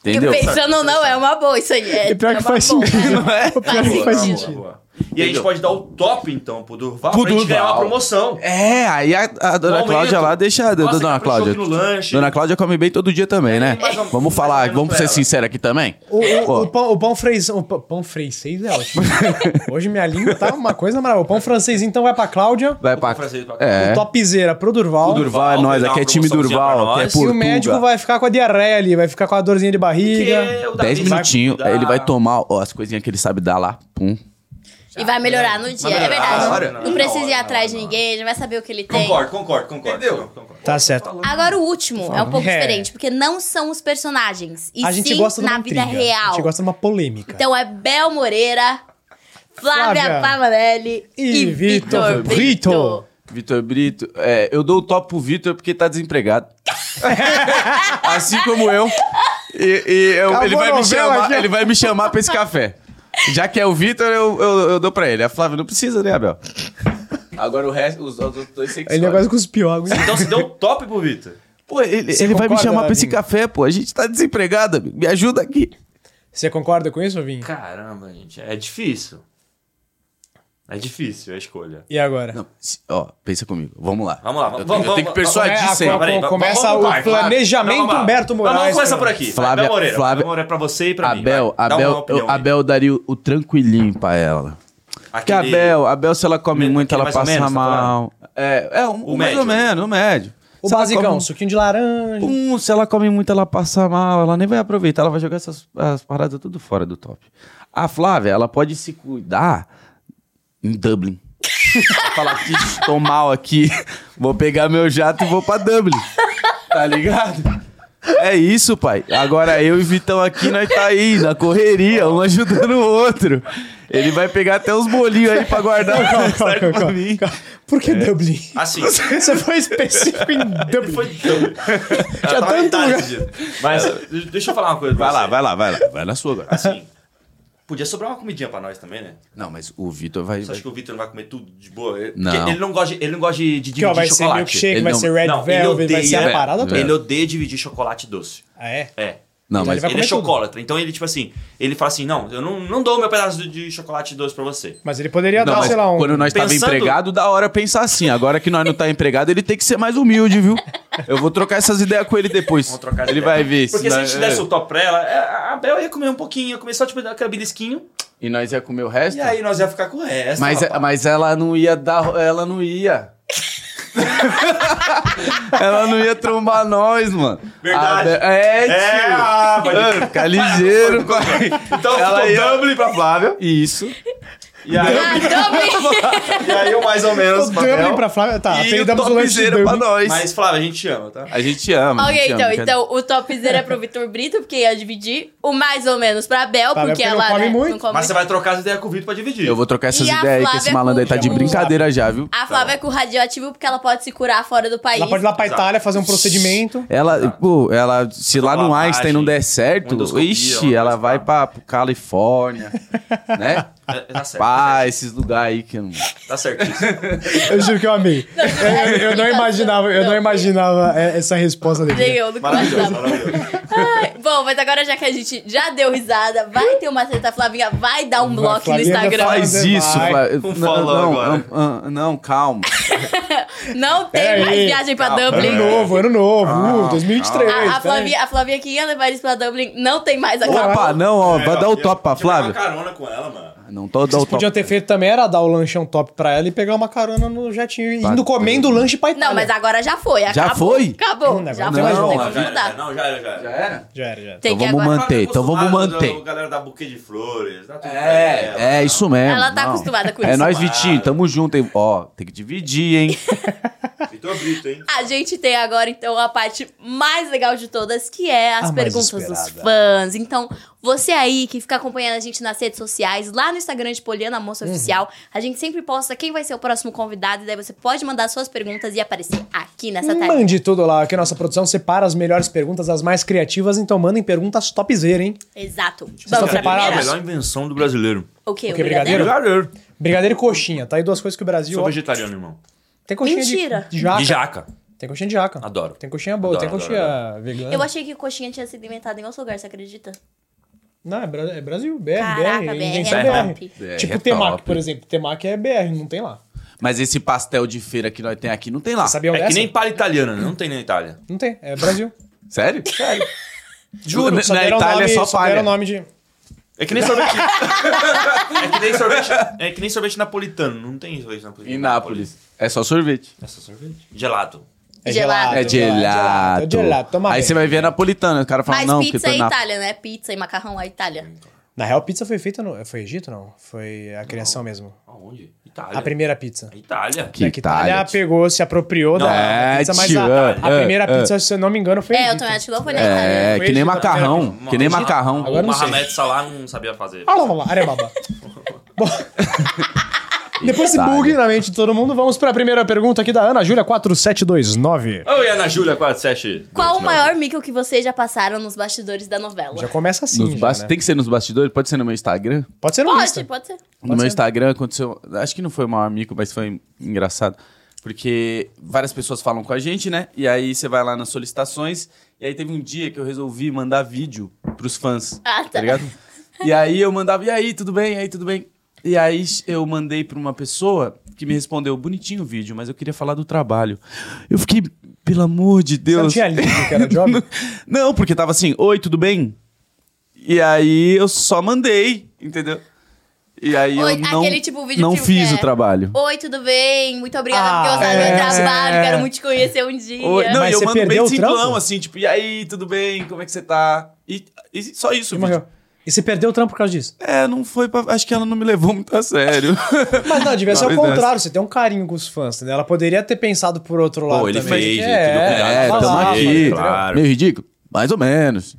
Speaker 3: Entendeu?
Speaker 5: Pensando ou não, é uma boa isso aí. É,
Speaker 6: E pior
Speaker 5: é
Speaker 6: que
Speaker 5: uma
Speaker 6: faz
Speaker 5: boa.
Speaker 6: sentido. O
Speaker 5: Faz
Speaker 6: pior que
Speaker 1: Boa,
Speaker 6: faz
Speaker 1: boa,
Speaker 6: sentido.
Speaker 1: boa. E a gente pode dar o top, então, pro Durval,
Speaker 3: Pro
Speaker 1: pra gente ganhar uma
Speaker 3: Durval.
Speaker 1: promoção.
Speaker 3: É, aí a, a dona
Speaker 1: Momento.
Speaker 3: Cláudia lá deixa.
Speaker 1: Nossa, que caprichou
Speaker 3: dona Cláudia.
Speaker 1: aqui no lanche. É,
Speaker 3: Dona Cláudia come bem todo dia também, né?
Speaker 1: mais ou- mais
Speaker 3: Vamos
Speaker 1: ou
Speaker 3: falar,
Speaker 1: menos
Speaker 3: vamos
Speaker 1: pra
Speaker 3: ser
Speaker 1: ela.
Speaker 3: sinceros aqui também?
Speaker 6: O, o,
Speaker 3: Pô.
Speaker 6: o pão, o pão francês. O pão, pão francês é ótimo. Hoje minha língua tá uma coisa maravilhosa. O pão francês então vai pra Cláudia.
Speaker 3: Vai
Speaker 1: Vou
Speaker 3: pra.
Speaker 1: fazer pra-
Speaker 3: É.
Speaker 6: Topzera pro Durval.
Speaker 3: O Durval é
Speaker 1: Durval,
Speaker 3: nós,
Speaker 1: dá
Speaker 3: aqui é
Speaker 1: uma
Speaker 3: time
Speaker 1: promoçãozinha pra
Speaker 3: Durval, aqui é
Speaker 1: nós.
Speaker 6: E
Speaker 3: Portuga.
Speaker 6: o médico vai ficar com a diarreia ali, vai ficar com a dorzinha de barriga.
Speaker 1: Porque o Davi
Speaker 3: 10
Speaker 1: sabe
Speaker 3: minutinhos,
Speaker 1: cuidar.
Speaker 3: ele vai tomar ó, as coisinhas que ele sabe dar lá. Pum.
Speaker 5: [LAUGHS] E vai melhorar no dia, é
Speaker 1: melhorar na hora,
Speaker 5: verdade.
Speaker 1: na
Speaker 5: Não
Speaker 1: hora,
Speaker 5: precisa
Speaker 1: na
Speaker 5: ir
Speaker 1: hora,
Speaker 5: atrás de ninguém, já vai saber o que ele tem.
Speaker 1: Concordo, concordo, concordo.
Speaker 3: Entendeu?
Speaker 1: concordo.
Speaker 6: Tá certo.
Speaker 5: Agora o último é um pouco
Speaker 6: É.
Speaker 5: diferente, porque não são os personagens, e
Speaker 6: a gente
Speaker 5: sim
Speaker 6: gosta de
Speaker 5: na
Speaker 6: uma
Speaker 5: vida
Speaker 6: intriga.
Speaker 5: real.
Speaker 6: A gente gosta de uma polêmica.
Speaker 5: Então é Bel Moreira, Flávia,
Speaker 6: Flávia.
Speaker 5: Pavanelli e,
Speaker 6: E
Speaker 5: Vitor
Speaker 6: Vitor
Speaker 5: Brito.
Speaker 6: Brito.
Speaker 3: Vitor Brito, é, eu dou o top pro Vitor porque tá desempregado. [LAUGHS] assim como eu. E, e eu-
Speaker 6: Acabou
Speaker 3: ele, vai
Speaker 6: a
Speaker 3: me
Speaker 6: novela
Speaker 3: chamar,
Speaker 6: já.
Speaker 3: ele vai me chamar pra esse café. Já que é o Vitor, eu, eu, eu dou pra ele. A Flávia não precisa, né, Abel? Agora o resto, os, os outros dois sei que
Speaker 6: Ele é
Speaker 3: escolhe.
Speaker 6: negócio com os piores.
Speaker 1: Então você deu o top pro Vitor.
Speaker 3: Pô, ele,
Speaker 6: Você
Speaker 3: ele vai me
Speaker 6: concorda,
Speaker 3: chamar pra esse
Speaker 6: Vinho?
Speaker 3: café, pô. A gente tá desempregado, amigo. Me ajuda aqui.
Speaker 6: Você concorda com isso, Vinho?
Speaker 1: Caramba, gente, é difícil. É difícil a escolha.
Speaker 6: E agora?
Speaker 3: Não, se- ó, pensa comigo. Vamos lá.
Speaker 1: Vamos lá,
Speaker 3: Eu,
Speaker 1: vamos-
Speaker 3: tenho- eu
Speaker 1: vamos-
Speaker 3: tenho que
Speaker 1: vamos- Ah,
Speaker 3: persuadir
Speaker 6: vamos-
Speaker 3: sempre.
Speaker 6: vamos- começa o planejamento
Speaker 1: Humberto
Speaker 6: Humberto Moraes,
Speaker 1: Vamos começar por
Speaker 6: cara.
Speaker 1: aqui.
Speaker 3: Flávia-
Speaker 1: Flávia, Moreira.
Speaker 3: Flávia-
Speaker 1: Flávia Moreira é pra você e pra mim.
Speaker 3: Abel,
Speaker 1: vai. Dá uma
Speaker 3: Abel,
Speaker 1: opinião
Speaker 3: eu-
Speaker 1: aí.
Speaker 3: Abel daria o, o tranquilinho pra ela. Porque a
Speaker 1: Aquele-
Speaker 3: Abel, a Abel, se ela come
Speaker 1: Aquele
Speaker 3: muito, ela
Speaker 1: mais ou
Speaker 3: passa
Speaker 1: menos, tá
Speaker 3: mal. é, é um,
Speaker 1: O
Speaker 3: mais
Speaker 1: médio.
Speaker 3: ou
Speaker 1: né?
Speaker 3: menos, o médio.
Speaker 6: O
Speaker 3: Se ela
Speaker 6: basicão,
Speaker 3: come-
Speaker 6: suquinho de laranja.
Speaker 3: Pum, se ela come muito, ela passa mal, ela nem vai aproveitar, ela vai jogar essas as paradas tudo fora do top. A Flávia, ela pode se cuidar
Speaker 1: [LAUGHS]
Speaker 3: em Dublin. Ela fala, "Ixi, estou mal aqui, vou pegar meu jato e vou pra Dublin. Tá ligado? É isso, pai. Agora eu e Vitão aqui, nós tá aí, na correria, um ajudando o outro. Ele vai pegar até os bolinhos aí pra
Speaker 1: [LAUGHS]
Speaker 3: guardar.
Speaker 6: [LAUGHS] Calma, calma, calma, calma. Por que Dublin? [LAUGHS]
Speaker 1: Assim.
Speaker 6: Você foi específico em Dublin.
Speaker 1: Foi Tinha
Speaker 6: tanto lugar.
Speaker 1: Mas deixa eu falar uma coisa pra
Speaker 3: Vai lá,
Speaker 1: você.
Speaker 3: vai lá, vai lá. Vai na sua agora.
Speaker 1: Assim, podia sobrar uma comidinha pra nós também, né?
Speaker 3: Não, mas o Vitor vai...
Speaker 1: Você acha que o Vitor não vai comer tudo de boa? Ele-
Speaker 3: Não.
Speaker 1: porque Ele não gosta de, ele não gosta de, de
Speaker 6: Que, ó,
Speaker 1: dividir
Speaker 6: vai ser
Speaker 1: chocolate.
Speaker 6: milkshake,
Speaker 3: Ele
Speaker 6: vai
Speaker 3: não-
Speaker 6: ser red
Speaker 1: não, ele
Speaker 6: velvet, vai ser a
Speaker 1: odeia-
Speaker 6: parada toda.
Speaker 1: Ele odeia dividir chocolate doce.
Speaker 6: Ah, é?
Speaker 1: É.
Speaker 3: Não,
Speaker 6: Então
Speaker 3: mas
Speaker 6: ele vai
Speaker 1: Ele é
Speaker 6: comer tudo.
Speaker 1: chocolatra. Então ele, tipo assim, ele fala assim: não, eu não, não dou meu pedaço de- de chocolate doce pra você.
Speaker 6: Mas ele poderia
Speaker 3: Não,
Speaker 6: dar,
Speaker 3: mas
Speaker 6: sei lá, um...
Speaker 3: quando nós estávamos
Speaker 1: Pensando-
Speaker 3: tava empregado, da hora pensar assim. Agora que nós não tá empregado, ele tem que ser mais humilde, viu? Eu vou trocar essas ideias com ele depois.
Speaker 1: Vamos trocar de
Speaker 3: ele
Speaker 1: ideia.
Speaker 3: vai ver.
Speaker 1: Porque se a
Speaker 3: nós-
Speaker 1: gente desse
Speaker 3: é.
Speaker 1: o top pra ela, Né, é, a Bel ia comer um pouquinho, ia comer só tipo aquele belisquinho.
Speaker 3: E nós ia comer o resto?
Speaker 1: E aí é nós ia ficar com o resto.
Speaker 3: mas,
Speaker 1: rapaz.
Speaker 3: mas ela não ia dar. Ela não ia. [LAUGHS] ela não ia trombar nós, mano.
Speaker 1: Verdade.
Speaker 3: A Be- É, tio.
Speaker 1: É, ah, pode-
Speaker 3: Mano,
Speaker 1: [LAUGHS]
Speaker 3: Fica ligeiro, pai.
Speaker 1: Então
Speaker 3: ela ia-
Speaker 1: ficou Dublin pra Flávia.
Speaker 3: Isso.
Speaker 1: E aí,
Speaker 5: Ah, Dublin!
Speaker 1: e aí eu mais ou menos.
Speaker 6: O
Speaker 1: pra Bel.
Speaker 6: Dublin pra Flávia... Tá,
Speaker 3: e o
Speaker 6: apelidamos o lanche de
Speaker 3: topzera pra
Speaker 6: Dublin.
Speaker 3: nós.
Speaker 1: Mas Flávia, a gente te ama, tá?
Speaker 3: né? A gente ama. a
Speaker 5: ok,
Speaker 3: gente ama,
Speaker 5: então,
Speaker 3: quer-
Speaker 5: então o topzera é pro Vitor Brito, porque ia dividir. O mais ou menos pra Bel,
Speaker 6: Tá,
Speaker 5: porque
Speaker 6: porque não
Speaker 5: ela
Speaker 6: come
Speaker 5: né,
Speaker 6: muito.
Speaker 5: não come
Speaker 1: Mas você
Speaker 5: muito.
Speaker 1: vai trocar as ideias com o Vitor pra dividir.
Speaker 3: Eu vou trocar essas
Speaker 5: E a
Speaker 3: ideias aí, que
Speaker 5: Flávia
Speaker 3: esse malandro aí tá de
Speaker 5: com-
Speaker 3: brincadeira já, viu?
Speaker 5: A Flávia é com o radioativo porque ela pode se curar fora do país.
Speaker 6: Ela pode ir lá pra Itália fazer um
Speaker 3: [LAUGHS]
Speaker 6: procedimento.
Speaker 3: Ela, pô, ela, se lá no
Speaker 1: Tá. lavagem,
Speaker 3: Einstein não der certo,
Speaker 1: endoscopia,
Speaker 3: ixi,
Speaker 1: uma
Speaker 3: ela
Speaker 1: coisa [LAUGHS]
Speaker 3: vai pra Califórnia, né?
Speaker 1: É, tá certo.
Speaker 3: Pá, Cuiabá, esses lugares aí que eu não.
Speaker 1: Tá certíssimo.
Speaker 6: Eu juro que eu amei. Eu- eu, eu não
Speaker 5: Não,
Speaker 6: imaginava, eu não
Speaker 5: não.
Speaker 6: imaginava é, essa resposta
Speaker 5: Nem
Speaker 6: dele.
Speaker 5: eu, não
Speaker 1: Maravilhoso,
Speaker 5: conversava.
Speaker 1: maravilhoso.
Speaker 5: Ai, Bom, mas agora já que a gente já deu risada, vai ter uma treta, Flavinha, vai dar um bloco no
Speaker 6: Flavinha ainda
Speaker 5: Instagram.
Speaker 6: faz
Speaker 3: Faz isso,
Speaker 6: vai.
Speaker 3: Flávio.
Speaker 1: Não
Speaker 3: Não,
Speaker 1: fala
Speaker 3: não,
Speaker 1: agora.
Speaker 3: não, ah,
Speaker 1: [LAUGHS]
Speaker 3: não, calma.
Speaker 5: Não tem
Speaker 6: Pera
Speaker 5: mais
Speaker 6: aí,
Speaker 5: viagem pra Dublin.
Speaker 6: Ano novo, ano novo,
Speaker 3: Ah,
Speaker 6: uh, 2023.
Speaker 5: A, a,
Speaker 6: tá aí.
Speaker 5: Flavinha, a Flavinha que ia levar eles pra Dublin não tem mais agora.
Speaker 3: Opa, não, ó, vai dar o top pra Flávio.
Speaker 1: Tinha uma carona com ela, mano.
Speaker 3: Não, tô dá o
Speaker 6: Vocês
Speaker 3: top.
Speaker 6: podiam ter feito também era dar o lanchão top pra ela e pegar uma carona no jetinho, indo comendo o lanche pra Itália.
Speaker 5: Não, mas agora já foi.
Speaker 3: Já
Speaker 5: acabou,
Speaker 3: foi?
Speaker 5: Acabou.
Speaker 6: Não,
Speaker 5: já
Speaker 6: não,
Speaker 5: foi,
Speaker 3: não,
Speaker 5: tem
Speaker 3: não,
Speaker 5: como mudar.
Speaker 1: Não, já era, já era.
Speaker 3: era?
Speaker 6: Já era, já era.
Speaker 5: Tem que
Speaker 3: Então vamos
Speaker 5: agora.
Speaker 3: manter, então vamos
Speaker 1: Acostumado
Speaker 3: manter.
Speaker 1: da- galera da buquê de flores. Tá tudo pra ela,
Speaker 3: É, é
Speaker 1: tá?
Speaker 3: isso mesmo.
Speaker 5: Ela tá
Speaker 3: não.
Speaker 5: acostumada com
Speaker 3: É
Speaker 5: isso.
Speaker 3: nós, Vitinho, tamo junto, hein? Ó, tem que
Speaker 5: [LAUGHS]
Speaker 3: dividir, hein?
Speaker 1: Vitor Brito, hein?
Speaker 5: A gente tem agora, então, a parte mais legal de todas, que é as
Speaker 6: A mais
Speaker 5: perguntas dos
Speaker 6: esperada.
Speaker 5: fãs. Então, você aí que fica acompanhando a gente nas redes sociais, lá no Instagram de Poliana Moça
Speaker 6: Uhum.
Speaker 5: Oficial, a gente sempre posta quem vai ser o próximo convidado, e daí você pode mandar suas perguntas e aparecer aqui nessa tela.
Speaker 6: Um Mande tudo lá, que a nossa produção separa as melhores perguntas, as mais criativas, então mandem perguntas topzera, hein?
Speaker 5: Exato.
Speaker 6: estão
Speaker 5: Vamos pra
Speaker 1: É a
Speaker 6: preparados?
Speaker 5: primeira?
Speaker 1: melhor invenção do brasileiro.
Speaker 5: O quê?
Speaker 6: O quê, brigadeiro?
Speaker 1: Brasileiro.
Speaker 6: Brigadeiro e coxinha, tá aí duas coisas que o Brasil...
Speaker 1: Sou
Speaker 6: ó,
Speaker 1: vegetariano, irmão.
Speaker 6: Tem coxinha de-
Speaker 5: Mentira.
Speaker 6: de, jaca.
Speaker 1: De jaca.
Speaker 6: Tem coxinha de jaca.
Speaker 1: Adoro.
Speaker 6: Tem coxinha boa,
Speaker 1: Adoro,
Speaker 6: tem coxinha vegana.
Speaker 5: Eu achei que coxinha tinha sido inventada em outro lugar, você acredita?
Speaker 6: Não, é, Bra- é Brasil, BR,
Speaker 5: Caraca,
Speaker 6: BR,
Speaker 5: BR
Speaker 6: invenção
Speaker 5: é
Speaker 6: BR.
Speaker 5: top.
Speaker 3: BR
Speaker 6: Tipo
Speaker 3: é
Speaker 6: Temac,
Speaker 3: top.
Speaker 6: por exemplo. Temac é BR, não tem lá.
Speaker 3: Mas esse pastel de feira que nós tem aqui, não tem lá.
Speaker 6: Sabiam
Speaker 1: É
Speaker 6: dessa?
Speaker 1: que nem palha italiana, né? Não tem na Itália.
Speaker 6: Não tem, é Brasil.
Speaker 3: Sério? Sério. [LAUGHS] Juro,
Speaker 6: Só
Speaker 3: na
Speaker 6: deram
Speaker 3: Itália é
Speaker 6: nome-
Speaker 3: só
Speaker 6: deram
Speaker 3: palha.
Speaker 6: nome de...
Speaker 1: É que nem sorvete.
Speaker 3: [LAUGHS]
Speaker 1: é que nem sorvete. É que nem sorvete napolitano. Não tem sorvete napolitano.
Speaker 3: Em Nápoles. É só sorvete.
Speaker 1: Gelato.
Speaker 6: É
Speaker 5: Gelado.
Speaker 6: gelado.
Speaker 3: É gelado.
Speaker 6: É gelado, toma
Speaker 3: Aí
Speaker 6: bem.
Speaker 3: você vai ver napolitano. O cara fala,
Speaker 5: Mas
Speaker 3: não, porque
Speaker 5: pizza
Speaker 3: tô
Speaker 5: é
Speaker 3: em Nápoles.
Speaker 5: Itália, né? Pizza e macarrão é Itália.
Speaker 6: Na real, pizza foi feita no... Foi Egito, não? Foi a criação mesmo.
Speaker 1: Aonde? Itália.
Speaker 6: A primeira pizza.
Speaker 1: Itália.
Speaker 3: Que
Speaker 6: É que Itália,
Speaker 3: Itália, tio.
Speaker 6: pegou, se apropriou da- da
Speaker 3: é,
Speaker 6: pizza, mas
Speaker 3: tio,
Speaker 6: a,
Speaker 3: é,
Speaker 6: a
Speaker 3: é,
Speaker 6: primeira
Speaker 3: é.
Speaker 6: pizza, se eu não me engano, foi
Speaker 5: É, eu
Speaker 6: Egito.
Speaker 5: também acho que não foi na Itália.
Speaker 3: É, que nem
Speaker 6: Egito,
Speaker 3: macarrão. Que nem macarrão.
Speaker 6: Agora
Speaker 1: o
Speaker 6: não sei.
Speaker 1: Mohamed Salah não sabia fazer.
Speaker 6: Ah, lá, lá, lá, [LAUGHS] arebaba. Bom, depois desse bug na mente de todo mundo, vamos pra primeira pergunta aqui da Ana Júlia 4729.
Speaker 1: Oi, Ana Júlia 47.
Speaker 5: Qual o maior mico que vocês já passaram nos bastidores da novela?
Speaker 6: Já começa assim,
Speaker 3: Nos
Speaker 6: já,
Speaker 3: bas-
Speaker 6: né?
Speaker 3: Tem que ser nos bastidores? Pode ser no meu Instagram?
Speaker 6: Pode ser no
Speaker 5: Pode,
Speaker 6: Insta.
Speaker 5: pode ser.
Speaker 3: No meu Instagram aconteceu. Acho que não foi o maior mico, mas foi engraçado. Porque várias pessoas falam com a gente, né? E aí você vai lá nas solicitações. E aí teve um dia que eu resolvi mandar vídeo pros fãs.
Speaker 5: Ah, tá.
Speaker 3: ligado? E aí eu mandava, e aí, tudo bem? E aí, tudo bem? E aí eu mandei pra uma pessoa que me respondeu, bonitinho o vídeo, mas eu queria falar do trabalho. Eu fiquei, pelo amor de
Speaker 6: Você não
Speaker 3: Deus. [LAUGHS]
Speaker 6: tinha lido que era [LAUGHS] job?
Speaker 3: Não, porque tava assim, oi, tudo bem? E aí eu só mandei, entendeu? E aí
Speaker 5: Oi,
Speaker 3: eu não,
Speaker 5: aquele tipo de vídeo
Speaker 3: não
Speaker 5: que
Speaker 3: fiz
Speaker 5: é,
Speaker 3: o trabalho.
Speaker 5: Oi, tudo bem? Muito obrigada
Speaker 6: Ah,
Speaker 5: por ter gostado do
Speaker 6: é.
Speaker 5: meu trabalho. Quero muito te conhecer um dia.
Speaker 3: Oi, não,
Speaker 6: Mas
Speaker 3: e eu
Speaker 6: você
Speaker 3: mando
Speaker 6: perdeu
Speaker 3: bem
Speaker 6: o
Speaker 3: simplão,
Speaker 6: trampo?
Speaker 3: assim, tipo, e aí, tudo bem? Como é que você tá? E, e só isso,
Speaker 6: E
Speaker 3: o vídeo.
Speaker 6: morreu. E você perdeu o trampo por causa disso?
Speaker 3: É, não foi pra... Acho que ela não me levou muito a sério.
Speaker 6: Mas É, não, devia ser ao
Speaker 3: Não, [LAUGHS] mas-
Speaker 6: contrário. Você tem um carinho com os fãs, entendeu? Ela poderia ter pensado por outro lado
Speaker 1: Pô, ele
Speaker 6: também.
Speaker 1: fez, ele
Speaker 6: que
Speaker 1: teve o cuidado
Speaker 6: é,
Speaker 1: de
Speaker 3: É,
Speaker 6: ela
Speaker 1: fazer,
Speaker 3: tamo
Speaker 6: falava,
Speaker 3: aqui.
Speaker 6: entendeu?
Speaker 1: claro.
Speaker 3: Meio ridículo? Mais ou menos.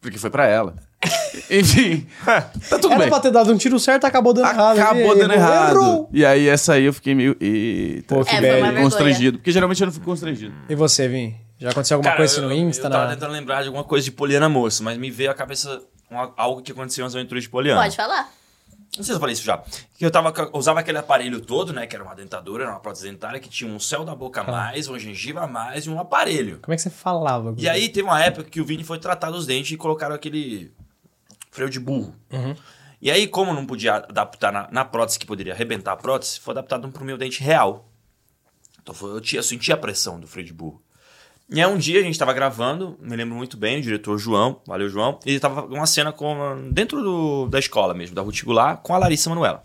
Speaker 3: Porque foi pra ela. [LAUGHS] Enfim, [LAUGHS] tá tudo
Speaker 6: Era
Speaker 3: bem.
Speaker 6: pra ter dado um tiro certo, acabou dando errado.
Speaker 3: Acabou
Speaker 6: Ele
Speaker 3: dando
Speaker 6: errou.
Speaker 3: errado.
Speaker 6: Errou.
Speaker 3: E aí essa aí eu fiquei meio... Eita,
Speaker 6: Pô, que É, foi uma
Speaker 3: fiquei
Speaker 5: vergonha.
Speaker 3: constrangido. Porque geralmente eu não fico constrangido.
Speaker 6: E você, Vim? Já aconteceu alguma
Speaker 1: Cara,
Speaker 6: coisa
Speaker 1: eu-
Speaker 6: no Insta? né?
Speaker 1: Eu tava
Speaker 6: na-
Speaker 1: tentando lembrar de alguma coisa de Poliana Moço, mas me veio à cabeça uma- algo que aconteceu nas aventuras de Poliana.
Speaker 5: Pode falar.
Speaker 1: Não sei se eu falei isso já. Que eu tava, ca- usava aquele aparelho todo, né? Que era uma dentadura, era uma prótese dentária, que tinha um céu da
Speaker 6: Tá.
Speaker 1: boca a mais, uma gengiva a mais e um aparelho.
Speaker 6: Como é que você falava?
Speaker 1: E aí teve uma época que o Vini foi tratar dos dentes e colocaram aquele freio de burro.
Speaker 6: Uhum.
Speaker 1: E aí, como não podia adaptar na, na prótese, que poderia arrebentar a prótese, foi adaptado um pro meu dente real. Então foi- eu, tinha, eu sentia a pressão do freio de burro. E aí um dia a gente tava gravando, me lembro muito bem, o diretor João, valeu João, ele tava com uma cena com, dentro do- da escola mesmo, da Ruticular, com a Larissa Manuela.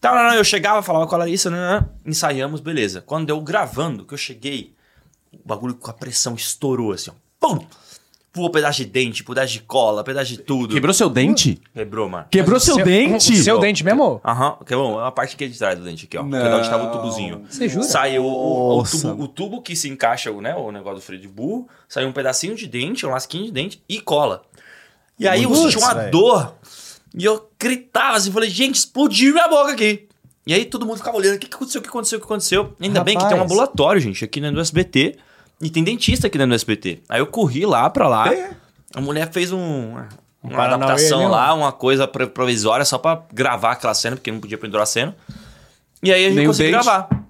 Speaker 1: Tá, não, não, eu chegava, falava com a Larissa, não, não, não, ensaiamos, beleza. Quando eu gravando, que eu cheguei, o bagulho com a pressão estourou assim, ó. Pum! Voou pedaço de dente, pedaço de cola, pedaço de tudo.
Speaker 3: Quebrou seu dente?
Speaker 1: Quebrou, mano.
Speaker 3: Quebrou seu, dente?
Speaker 6: Seu dente mesmo?
Speaker 1: Aham, que bom, é a parte que é de trás do dente aqui, ó. Que é da onde tava o tubozinho.
Speaker 6: Você jura?
Speaker 1: Saiu o, o,
Speaker 3: Nossa.
Speaker 1: tubo, o tubo que se encaixa, o, né, o negócio do freio de burro, saiu um pedacinho de dente, um lasquinho de dente e cola. E aí eu senti
Speaker 6: Putz,
Speaker 1: uma
Speaker 6: velho.
Speaker 1: dor e eu gritava assim, falei, gente, explodiu minha boca aqui. E aí todo mundo ficava olhando, o que que aconteceu, o que aconteceu, o que aconteceu. Ainda bem que tem um
Speaker 6: Rapaz.
Speaker 1: ambulatório, gente, aqui né, dentro do SBT.
Speaker 6: É?
Speaker 1: E tem dentista aqui dentro do SBT. Aí eu corri lá pra lá. A mulher fez um... Uma
Speaker 6: Paranauê
Speaker 1: adaptação
Speaker 6: ali, ó.
Speaker 1: lá, uma coisa pro- provisória só pra gravar aquela cena, porque não podia pendurar a cena. E aí a gente
Speaker 2: Nem o
Speaker 1: conseguiu
Speaker 2: dente.
Speaker 1: gravar.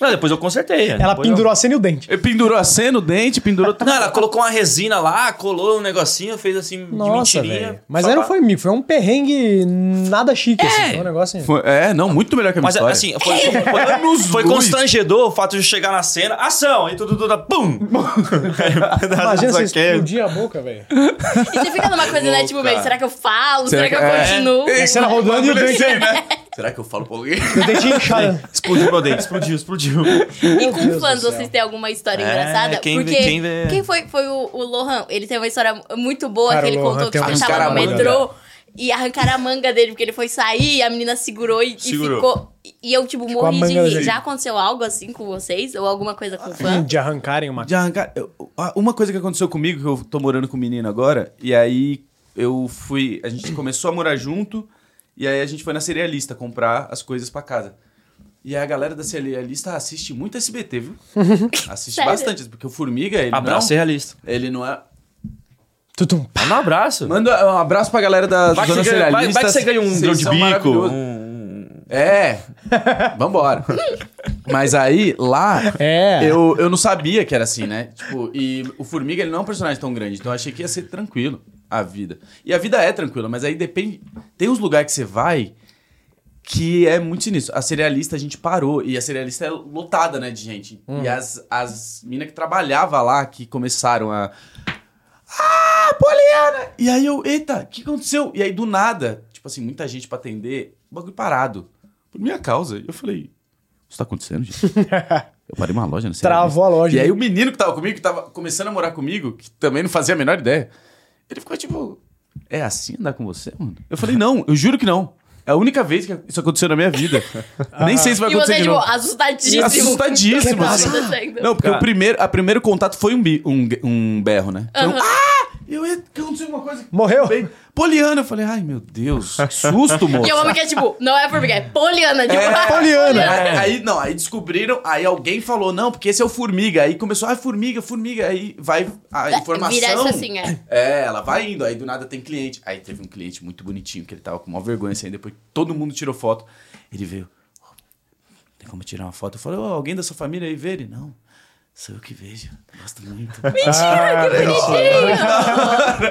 Speaker 1: Mas depois eu consertei. é,
Speaker 6: Ela
Speaker 1: depois eu-
Speaker 6: pendurou a cena e o dente.
Speaker 3: Ele pendurou a cena, o dente, pendurou tudo.
Speaker 1: Não, ela colocou uma resina lá, colou um negocinho, fez assim de
Speaker 6: Nossa,
Speaker 1: mentirinha.
Speaker 6: velho. Mas
Speaker 1: só
Speaker 6: aí não
Speaker 1: pra-
Speaker 6: foi mico, foi um perrengue nada chique, assim. Foi um negócio assim.
Speaker 3: Foi- é, não, muito melhor que a minha
Speaker 1: Mas
Speaker 3: história.
Speaker 1: assim, foi, [LAUGHS] foi- foi-
Speaker 3: Nos
Speaker 1: foi
Speaker 3: dois.
Speaker 1: constrangedor o fato de eu chegar na cena, ação, e tudo, tudo, tudo
Speaker 6: [LAUGHS]
Speaker 1: pum! Só
Speaker 6: Imagina você
Speaker 1: que-
Speaker 6: explodir a boca, velho.
Speaker 5: E você fica numa coisa, né? Tipo, meio, será que eu falo? Será,
Speaker 2: Será
Speaker 5: que eu
Speaker 2: que- é.
Speaker 5: continuo?
Speaker 6: A cena rodando e o dente,
Speaker 1: assim,
Speaker 3: né?
Speaker 1: né? Será que eu falo pra alguém?
Speaker 3: assim.
Speaker 6: o dente inchado.
Speaker 3: [LAUGHS]
Speaker 1: Explodiu meu dente, explodiu, explodiu.
Speaker 5: E
Speaker 6: Deus do
Speaker 5: com fãs,
Speaker 6: céu.
Speaker 5: vocês têm alguma história
Speaker 1: É,
Speaker 5: engraçada?
Speaker 1: quem vê-
Speaker 5: Porque
Speaker 1: quem vê-
Speaker 5: foi? Foi o, o Lohan. Ele tem uma história muito boa
Speaker 6: Cara,
Speaker 5: que ele
Speaker 6: o Lohan
Speaker 5: contou que
Speaker 6: tem
Speaker 5: ele
Speaker 6: uma
Speaker 5: tava no
Speaker 3: história muito
Speaker 5: metrô e arrancaram a manga dele, porque ele foi sair e a menina segurou e, e
Speaker 1: Segurou.
Speaker 5: ficou. E eu, tipo,
Speaker 6: a
Speaker 5: morri de
Speaker 6: manga
Speaker 5: rir.
Speaker 6: dele.
Speaker 5: Já aconteceu algo assim com vocês? Ou alguma coisa com fã?
Speaker 6: De arrancarem uma.
Speaker 3: De arrancar- eu- ah, uma coisa que aconteceu comigo, que eu tô morando com o menino agora, e aí eu fui. A gente começou a morar junto, e aí a gente foi na cerealista comprar as coisas pra casa. E aí a galera da cerealista assiste muito SBT, viu? assiste
Speaker 5: Sério?
Speaker 3: bastante, porque o Formiga, ele
Speaker 1: Abraço
Speaker 3: não. é um-
Speaker 1: realista.
Speaker 3: Ele não é.
Speaker 6: Tutum. [LAUGHS]
Speaker 1: Manda um abraço.
Speaker 3: Manda um abraço pra galera da
Speaker 1: Vai que
Speaker 3: Zona
Speaker 1: você ganha- vai- vai que
Speaker 3: Cerealista.
Speaker 1: você ganha um
Speaker 3: vocês
Speaker 1: grão de
Speaker 3: são
Speaker 1: bico, um
Speaker 3: maravilhosos. É. Vambora. Mas aí, lá,
Speaker 6: É.
Speaker 3: eu, eu não sabia que era assim, né? Tipo, e o Formiga, ele não é um personagem tão grande, então eu achei que ia ser tranquilo a vida. E a vida é tranquila, mas aí depende. Tem uns lugares que você vai que é muito sinistro. A cerealista a gente parou, e a cerealista é lotada, né, de gente. E as, as minas que trabalhava lá, que começaram a. Ah, Poliana! E aí eu, eita, o que aconteceu? E aí do nada, tipo assim, muita gente pra atender, o bagulho parado. Por minha causa. E Eu falei, isso tá
Speaker 6: [LAUGHS]
Speaker 3: acontecendo, gente? eu parei uma loja, não sei.
Speaker 6: Travou a loja. né?
Speaker 3: E aí o menino que tava comigo, que tava começando a morar comigo, que também não fazia a menor ideia, ele ficou tipo, é assim andar com você, mano? Eu falei, não, eu juro que não. É a única vez que isso aconteceu na
Speaker 6: [LAUGHS]
Speaker 3: minha vida. Nem sei se vai
Speaker 5: E
Speaker 3: acontecer
Speaker 5: você,
Speaker 3: de
Speaker 5: tipo,
Speaker 3: novo.
Speaker 5: assustadíssimo.
Speaker 3: Assustadíssimo,
Speaker 5: O que [LAUGHS] tá
Speaker 3: assim.
Speaker 5: acontecendo?
Speaker 3: Não, porque o primeiro, a primeiro contato foi um, bi- um, ge- um berro, né? Foi um, ah! Eu ia- que aconteceu uma coisa.
Speaker 6: Morreu?
Speaker 3: Bem, Poliana, eu falei, ai meu Deus, que susto,
Speaker 5: [LAUGHS]
Speaker 3: moço.
Speaker 5: E eu amo que é tipo, não é formiga, é poliana. Tipo, [LAUGHS]
Speaker 3: É,
Speaker 6: Poliana.
Speaker 3: Aí, aí, não, aí descobriram, aí alguém falou, não, porque esse é o formiga. Aí começou, ah, formiga, formiga. Aí vai a informação.
Speaker 5: É, Vira isso assim, é.
Speaker 3: É, ela vai indo, aí do nada tem cliente. Aí teve um cliente muito bonitinho, que ele tava com uma vergonha assim, aí depois todo mundo tirou foto. Ele veio, "Ó, tem como tirar uma foto? Eu falei, "Ó, alguém da sua família aí vê ele? Não, sou eu que vejo, gosto muito.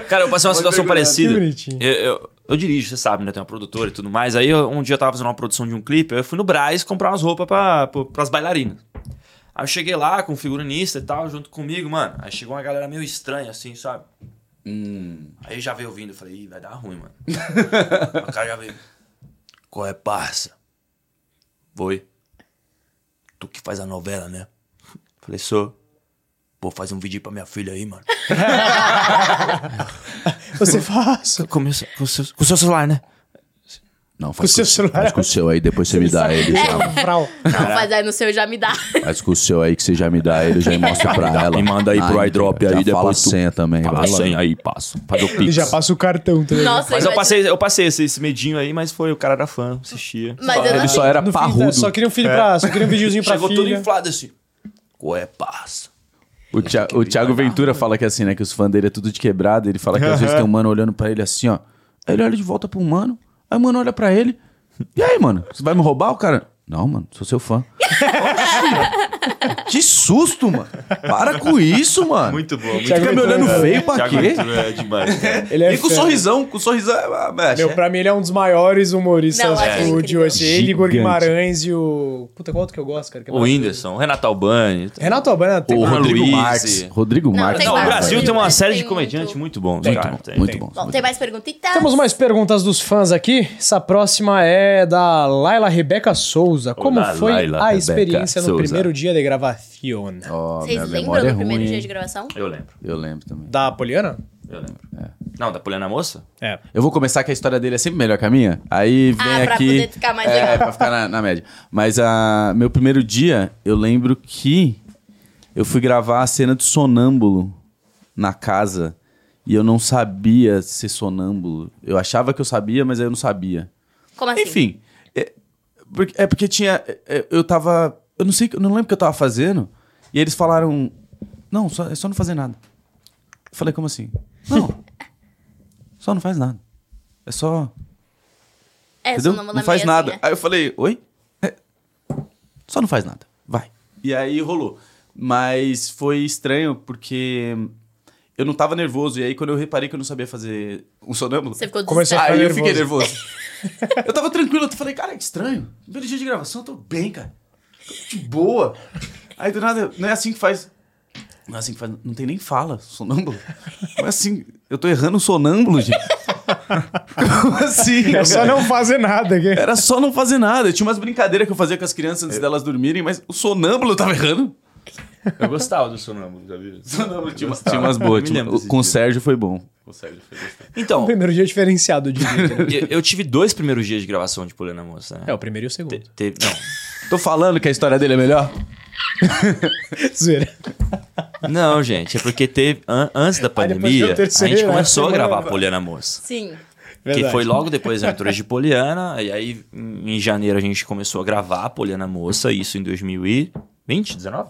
Speaker 1: Cara, eu passei uma situação parecida.
Speaker 6: Que bonitinho.
Speaker 1: Eu, eu, eu dirijo, você sabe, né? Tenho uma produtora e tudo mais. Aí eu- um dia eu tava fazendo uma produção de um clipe, aí eu fui no Brás comprar umas roupas pra, pro- pras bailarinas. Aí eu cheguei lá com o figurinista e tal, junto comigo, mano. Aí chegou uma galera meio estranha, assim, sabe? Aí já veio vindo, eu falei, Ih, vai dar ruim, [LAUGHS] mano. o cara já veio. Qual é, parça? Foi. Tu que faz a novela, né? Falei, sou. Pô, faz um vídeo aí pra minha filha aí, mano.
Speaker 6: Você faz.
Speaker 1: Com, meu ce- com o seu- com o seu celular, né?
Speaker 3: Não, faz
Speaker 6: Com o seu celular.
Speaker 3: o seu aí, depois você me dá ele.
Speaker 6: É, frau.
Speaker 5: Não, faz aí no seu já me dá.
Speaker 3: Faz com o seu aí que você já me dá ele, já
Speaker 1: [LAUGHS]
Speaker 3: mostra pra ela.
Speaker 1: E manda aí pro iDrop aí, depois tu-
Speaker 3: também.
Speaker 1: Fala
Speaker 3: vai
Speaker 1: a
Speaker 3: lá.
Speaker 1: senha aí, passa. Faz o
Speaker 6: Ele
Speaker 1: pix.
Speaker 6: já passa o cartão, tá ligado?
Speaker 5: Nossa,
Speaker 1: Mas eu
Speaker 5: imagina-
Speaker 1: passei, eu passei esse, esse medinho aí, mas foi o cara da fã, assistia.
Speaker 5: Mas eu não
Speaker 3: Ele só
Speaker 5: sei.
Speaker 3: era
Speaker 6: No fim,
Speaker 3: parrudo.
Speaker 6: Só é queria um filho pra. Só queria um videozinho pra
Speaker 1: Chegou tudo
Speaker 6: filha.
Speaker 1: inflado assim. Ué, passa.
Speaker 3: [LAUGHS] O, Thi- o Thiago Ventura fala que é assim, né? Que os fãs dele é tudo de quebrado. Ele fala que às vezes tem um mano olhando pra ele assim, ó. Aí ele olha de volta pro mano. Aí o mano olha pra ele. E aí, mano? Você vai me roubar o cara? Não, mano, sou seu
Speaker 1: [LAUGHS]
Speaker 3: fã. Oxi, mano. que susto, mano. Para com isso, mano.
Speaker 1: Muito bom, muito
Speaker 6: Thiago
Speaker 3: Fica me
Speaker 6: Ventura,
Speaker 3: olhando
Speaker 6: cara.
Speaker 3: feio pra
Speaker 1: Thiago
Speaker 3: quê?
Speaker 1: Ventura é demais. cara.
Speaker 6: Ele é
Speaker 3: e com
Speaker 6: fera.
Speaker 3: sorrisão, com sorrisão. ah, mexe,
Speaker 6: Meu,
Speaker 3: é.
Speaker 6: pra mim ele é um dos maiores
Speaker 5: Não,
Speaker 6: humoristas
Speaker 5: é
Speaker 6: do,
Speaker 5: incrível.
Speaker 6: de hoje. Ele, Igor
Speaker 3: Gigante.
Speaker 6: Guimarães e o. Puta, qual outro que eu gosto, cara? Que é
Speaker 1: O Whindersson, o Renato Albani.
Speaker 6: maravilhoso. Renato Albana tem.
Speaker 3: O
Speaker 1: Ana
Speaker 3: Rodrigo
Speaker 1: Luiz
Speaker 3: Marques.
Speaker 1: e-
Speaker 3: Rodrigo Marques.
Speaker 5: tem
Speaker 1: Não, o
Speaker 5: mais
Speaker 1: Brasil
Speaker 5: Tem
Speaker 1: tem uma
Speaker 5: muito.
Speaker 1: série de comediantes muito bons,
Speaker 3: Muito
Speaker 1: cara.
Speaker 3: bom,
Speaker 1: Tem.
Speaker 3: muito bom.
Speaker 5: Bom, tem mais então? perguntas?
Speaker 6: Temos mais perguntas dos fãs aqui. Essa próxima é da Laila Rebeca Souza. Como
Speaker 1: Olá,
Speaker 6: foi
Speaker 1: Laila
Speaker 6: a
Speaker 1: Rebeca
Speaker 6: experiência no
Speaker 1: Souza.
Speaker 6: primeiro dia de gravação?
Speaker 3: Ó,
Speaker 5: Vocês
Speaker 3: minha
Speaker 5: lembram
Speaker 3: memória
Speaker 5: do
Speaker 3: é
Speaker 5: primeiro
Speaker 3: ruim,
Speaker 5: dia
Speaker 3: hein?
Speaker 5: de gravação?
Speaker 1: Eu lembro,
Speaker 3: Eu lembro também.
Speaker 6: Da Poliana?
Speaker 1: eu lembro. É. Não, da Poliana Moça?
Speaker 6: É.
Speaker 3: Eu vou começar que a história dele é sempre melhor que a minha. Aí vem
Speaker 5: Ah, pra
Speaker 3: aqui.
Speaker 5: poder ficar mais
Speaker 3: é,
Speaker 5: legal.
Speaker 3: pra ficar na, na média. Mas a meu primeiro dia, eu lembro que eu fui gravar a cena de sonâmbulo na casa e eu não sabia ser sonâmbulo. Eu achava que eu sabia, mas aí eu não sabia.
Speaker 5: Como assim?
Speaker 3: Enfim, é porque, é porque tinha. é- é- eu tava. Eu não sei, eu não lembro o que eu tava fazendo. E eles falaram: Não, só, é só não fazer nada. Eu falei, como assim? Não. [LAUGHS] Só não faz nada. É só.
Speaker 5: É,
Speaker 3: entendeu?
Speaker 5: só
Speaker 3: Não,
Speaker 5: na
Speaker 3: faz
Speaker 5: meiazinha.
Speaker 3: nada. Aí eu falei, oi? É. Só não faz nada. Vai. E aí rolou. Mas foi estranho porque eu não tava nervoso. E aí quando eu reparei que eu não sabia fazer um sonâmbulo.
Speaker 5: Você ficou
Speaker 6: Começou
Speaker 5: desesperado.
Speaker 6: a
Speaker 3: Aí eu
Speaker 6: nervoso.
Speaker 3: fiquei nervoso. eu tava tranquilo, eu falei, cara, que estranho. Primeiro dia de gravação, eu tô bem, cara. Tô de boa. Aí do nada, não é assim que faz. Não é assim que faz. Não tem nem fala, sonâmbulo. Não é assim. Eu tô errando o sonâmbulo, gente. [LAUGHS] Como assim?
Speaker 6: É só
Speaker 3: cara?
Speaker 6: não fazer nada aqui.
Speaker 1: É.
Speaker 3: Era só não fazer nada. Tinha umas brincadeiras que eu fazia com as crianças antes delas dormirem, mas o sonâmbulo tava errando.
Speaker 1: Eu gostava do sonâmbulo, já viu? [LAUGHS] Sonâmbulo
Speaker 3: Tinha, umas- tinha umas boas. tinha- um- com o Sérgio foi bom.
Speaker 1: Então,
Speaker 6: Primeiro dia é diferenciado de
Speaker 1: eu, eu tive dois primeiros dias de gravação de Poliana Moça, né?
Speaker 6: É, o primeiro e o segundo.
Speaker 1: Teve, não.
Speaker 3: Tô falando que a história dele é melhor?
Speaker 6: [LAUGHS] Zoeira.
Speaker 1: Não, gente, é porque teve. an- antes da
Speaker 6: depois
Speaker 1: pandemia,
Speaker 6: veio o terceiro,
Speaker 1: a gente
Speaker 6: né?
Speaker 1: começou a
Speaker 6: Semana
Speaker 1: gravar
Speaker 6: nova.
Speaker 1: Poliana Moça.
Speaker 5: Sim.
Speaker 1: Que
Speaker 6: Verdade.
Speaker 1: foi logo depois das aventuras de Poliana. E aí, em em janeiro, a gente começou a gravar Poliana Moça, isso em 2020, 19?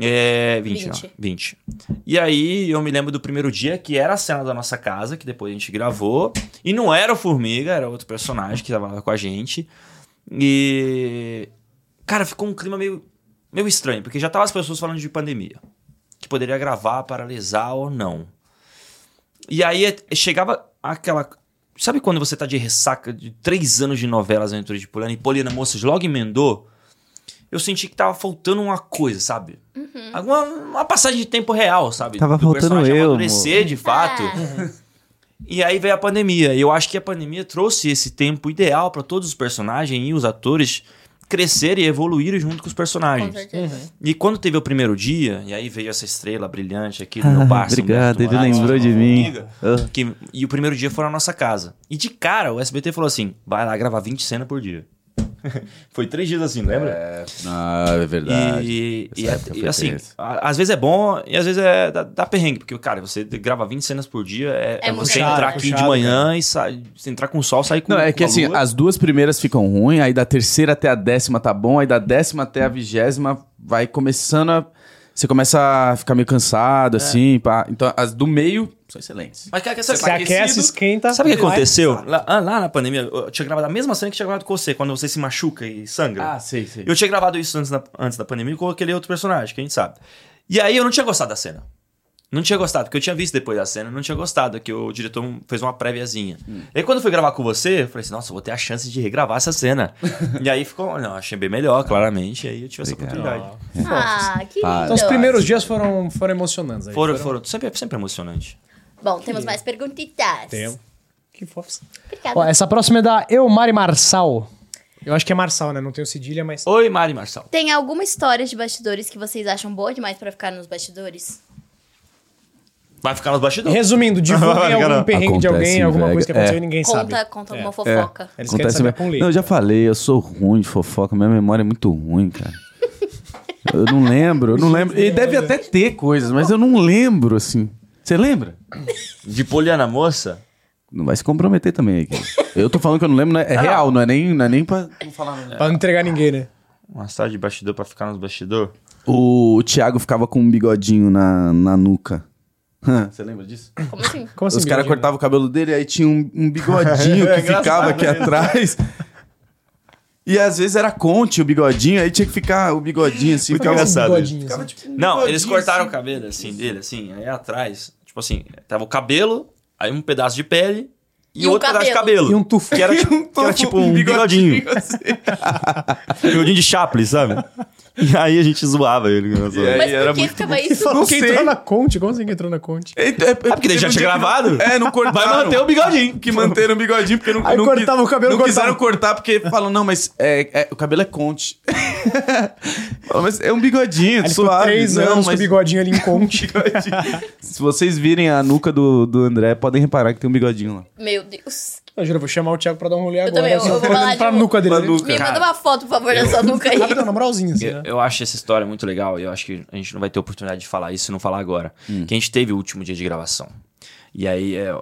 Speaker 1: É, 20, 20.
Speaker 5: 20.
Speaker 1: 20. E aí, eu me lembro do primeiro dia, que era a cena da nossa casa, que depois a gente gravou. E não era o Formiga, era outro personagem que tava lá com a gente. E. Cara, ficou um clima meio, meio estranho, porque já tava as pessoas falando de pandemia. Que poderia gravar, paralisar ou não. E aí é- chegava aquela. Sabe quando você tá de ressaca de três anos de novelas Aventuras de Poliana e Poliana Moças logo emendou? Eu senti que tava faltando uma coisa, sabe?
Speaker 5: Uhum.
Speaker 1: Alguma uma passagem de tempo real, sabe?
Speaker 2: Tava
Speaker 1: Do
Speaker 2: faltando
Speaker 1: personagem
Speaker 2: eu,
Speaker 1: amadurecer, de fato.
Speaker 5: Ah.
Speaker 1: E aí veio a pandemia. E eu acho que a pandemia trouxe esse tempo ideal pra todos os personagens e os atores crescerem e evoluírem junto com os
Speaker 5: Com
Speaker 1: personagens. Uhum.
Speaker 5: certeza.
Speaker 1: E quando teve o primeiro dia, e aí veio essa estrela brilhante aqui do meu parceiro.
Speaker 2: Ah, obrigado,
Speaker 1: Humberto
Speaker 2: ele
Speaker 1: Moraes,
Speaker 2: lembrou de
Speaker 1: uma
Speaker 2: mim.
Speaker 1: um amiga,
Speaker 2: Ah.
Speaker 1: que- e o primeiro dia foi na nossa casa. E de cara, o SBT falou assim: vai lá gravar 20 cenas por dia. [LAUGHS] foi três dias assim, lembra?
Speaker 3: Ah, é verdade.
Speaker 1: E, e,
Speaker 3: Essa época
Speaker 1: e
Speaker 3: foi
Speaker 1: assim,
Speaker 3: tenso.
Speaker 1: a- às vezes é bom e às vezes é dá, dá perrengue, porque, cara, você grava 20 cenas por dia, é,
Speaker 5: É
Speaker 1: é você
Speaker 5: puxado,
Speaker 1: entrar aqui de
Speaker 6: puxado,
Speaker 1: manhã e sai, você entrar com o sol, sair com
Speaker 3: Não, é
Speaker 1: com
Speaker 3: que
Speaker 1: a
Speaker 3: assim,
Speaker 1: lua.
Speaker 3: as duas primeiras ficam ruins, aí da terceira até a décima tá bom, aí da décima até a vigésima vai começando a. Você começa a ficar meio cansado, assim, pá. Então, as do meio são excelentes.
Speaker 1: Mas cara, que
Speaker 6: Você aquece, esquenta.
Speaker 1: Sabe o que
Speaker 5: é?
Speaker 3: Vai.
Speaker 1: aconteceu? Lá, ah, lá na pandemia, eu tinha gravado a mesma cena que tinha gravado com você, quando você se machuca e sangra.
Speaker 3: Ah, sei, sei.
Speaker 1: eu tinha gravado isso antes da, antes da pandemia com aquele outro personagem, que a gente sabe. E aí eu não tinha gostado da cena. Não tinha gostado, porque eu tinha visto depois da cena, não tinha gostado, que o diretor fez uma préviazinha. E aí quando eu fui gravar com você, eu falei assim, nossa, eu vou ter a chance de regravar essa [LAUGHS] cena. e aí ficou, não, achei bem melhor, claramente, e aí eu tive essa oportunidade.
Speaker 5: Ah, que
Speaker 3: Para.
Speaker 5: lindo.
Speaker 6: Então, os primeiros dias foram, foram emocionantes. Aí.
Speaker 1: Foram, foram, sempre, é sempre emocionante.
Speaker 5: Bom, temos mais perguntitas.
Speaker 6: Tempo. Que fofos.
Speaker 5: Obrigada.
Speaker 6: Ó, essa próxima é da Eumari Marçal. Eu acho que é Marçal, né? Não tenho cedilha, mas...
Speaker 1: Oi, Mari Marçal.
Speaker 5: Tem alguma história de bastidores que vocês acham boa demais pra ficar nos bastidores?
Speaker 1: Vai ficar nos bastidores.
Speaker 6: Resumindo, divulguem
Speaker 3: [LAUGHS]
Speaker 6: algum perrengue de
Speaker 3: Acontece
Speaker 6: alguém,
Speaker 3: em
Speaker 6: alguma coisa
Speaker 3: Vegas.
Speaker 6: que aconteceu
Speaker 3: É.
Speaker 6: e ninguém
Speaker 5: conta,
Speaker 6: sabe.
Speaker 5: conta
Speaker 6: É.
Speaker 5: alguma fofoca.
Speaker 6: Eles querem
Speaker 3: Acontece
Speaker 6: saber
Speaker 3: mesmo.
Speaker 6: com leite.
Speaker 3: Não, eu já falei, eu sou ruim de fofoca, minha memória é muito ruim, cara. Eu não lembro, eu não lembro. E deve até ter coisas, mas eu não lembro, assim. Você lembra?
Speaker 1: De Poliana Moça,
Speaker 3: Não vai se comprometer também aqui. Eu tô falando que eu não lembro, não é, é real, não é nem, não é nem pra.
Speaker 6: Pra não entregar ninguém, né?
Speaker 1: uma história de bastidor pra ficar nos bastidores.
Speaker 3: O Thiago ficava com um bigodinho na, na nuca. Você lembra disso?
Speaker 5: Como assim?
Speaker 6: Como assim?
Speaker 3: Os caras
Speaker 6: bigodinho?
Speaker 3: cortavam o cabelo dele e aí tinha um, um bigodinho que ficava aqui atrás. E às vezes era conte o bigodinho, aí tinha que ficar o bigodinho assim.
Speaker 6: Como
Speaker 3: ficava-
Speaker 6: assim,
Speaker 1: engraçado
Speaker 6: bigodinho, assim?
Speaker 1: Não, eles cortaram o cabelo assim dele, assim, aí atrás, tipo assim, tava o cabelo, aí um pedaço de pele e,
Speaker 5: E um
Speaker 1: outro pedaço de
Speaker 5: cabelo.
Speaker 1: cabelo.
Speaker 6: [LAUGHS] E um tufo.
Speaker 1: Que era, tipo- que
Speaker 3: [LAUGHS]
Speaker 1: era tipo um bigodinho. um bigodinho de Chaplin,
Speaker 6: [LAUGHS]
Speaker 1: sabe? E aí a gente zoava ele. com essa-
Speaker 3: aí-
Speaker 1: É
Speaker 5: Mas
Speaker 3: era
Speaker 5: por que
Speaker 3: muito-
Speaker 5: ficava isso?
Speaker 6: Falou que
Speaker 3: sei.
Speaker 6: assim, entrou na Conte. Como assim que entrou na Conte?
Speaker 3: É, é, é
Speaker 1: Ah, porque ele já tinha
Speaker 3: teve um dia que
Speaker 1: gravado.
Speaker 3: não- É, não
Speaker 1: [LAUGHS]
Speaker 3: cortaram.
Speaker 1: Vai manter o bigodinho.
Speaker 3: Que manteram o bigodinho, porque não,
Speaker 6: Aí
Speaker 3: não
Speaker 6: cortava o cabelo,
Speaker 3: Não
Speaker 6: cortava.
Speaker 3: quiseram cortar, porque falam, não, mas é, é- o cabelo é conte. [LAUGHS] Falam, mas é um bigodinho,
Speaker 6: Aí ele ficou
Speaker 3: suave.
Speaker 6: três
Speaker 3: não,
Speaker 6: anos com o
Speaker 3: mas...
Speaker 6: bigodinho ali em Conte. [LAUGHS]
Speaker 3: [LAUGHS] Se vocês virem a nuca do, do André, podem reparar que tem um bigodinho lá.
Speaker 5: Meu Deus.
Speaker 6: Eu juro, eu vou chamar o Thiago pra dar um rolê agora.
Speaker 5: também, eu-
Speaker 6: assim,
Speaker 5: eu vou
Speaker 6: olhando
Speaker 5: falar
Speaker 6: [LAUGHS] pra
Speaker 5: de um-
Speaker 6: nuca dele.
Speaker 3: Pra nuca.
Speaker 5: Me
Speaker 1: Cara,
Speaker 5: manda uma foto, por favor, da sua nuca aí.
Speaker 6: Rapidão, na moralzinha, assim,
Speaker 1: Eu,
Speaker 6: né?
Speaker 1: eu acho essa história muito legal e eu acho que a gente não vai ter oportunidade de falar isso se não falar agora. Que a gente teve o último dia de gravação. E aí, é, um,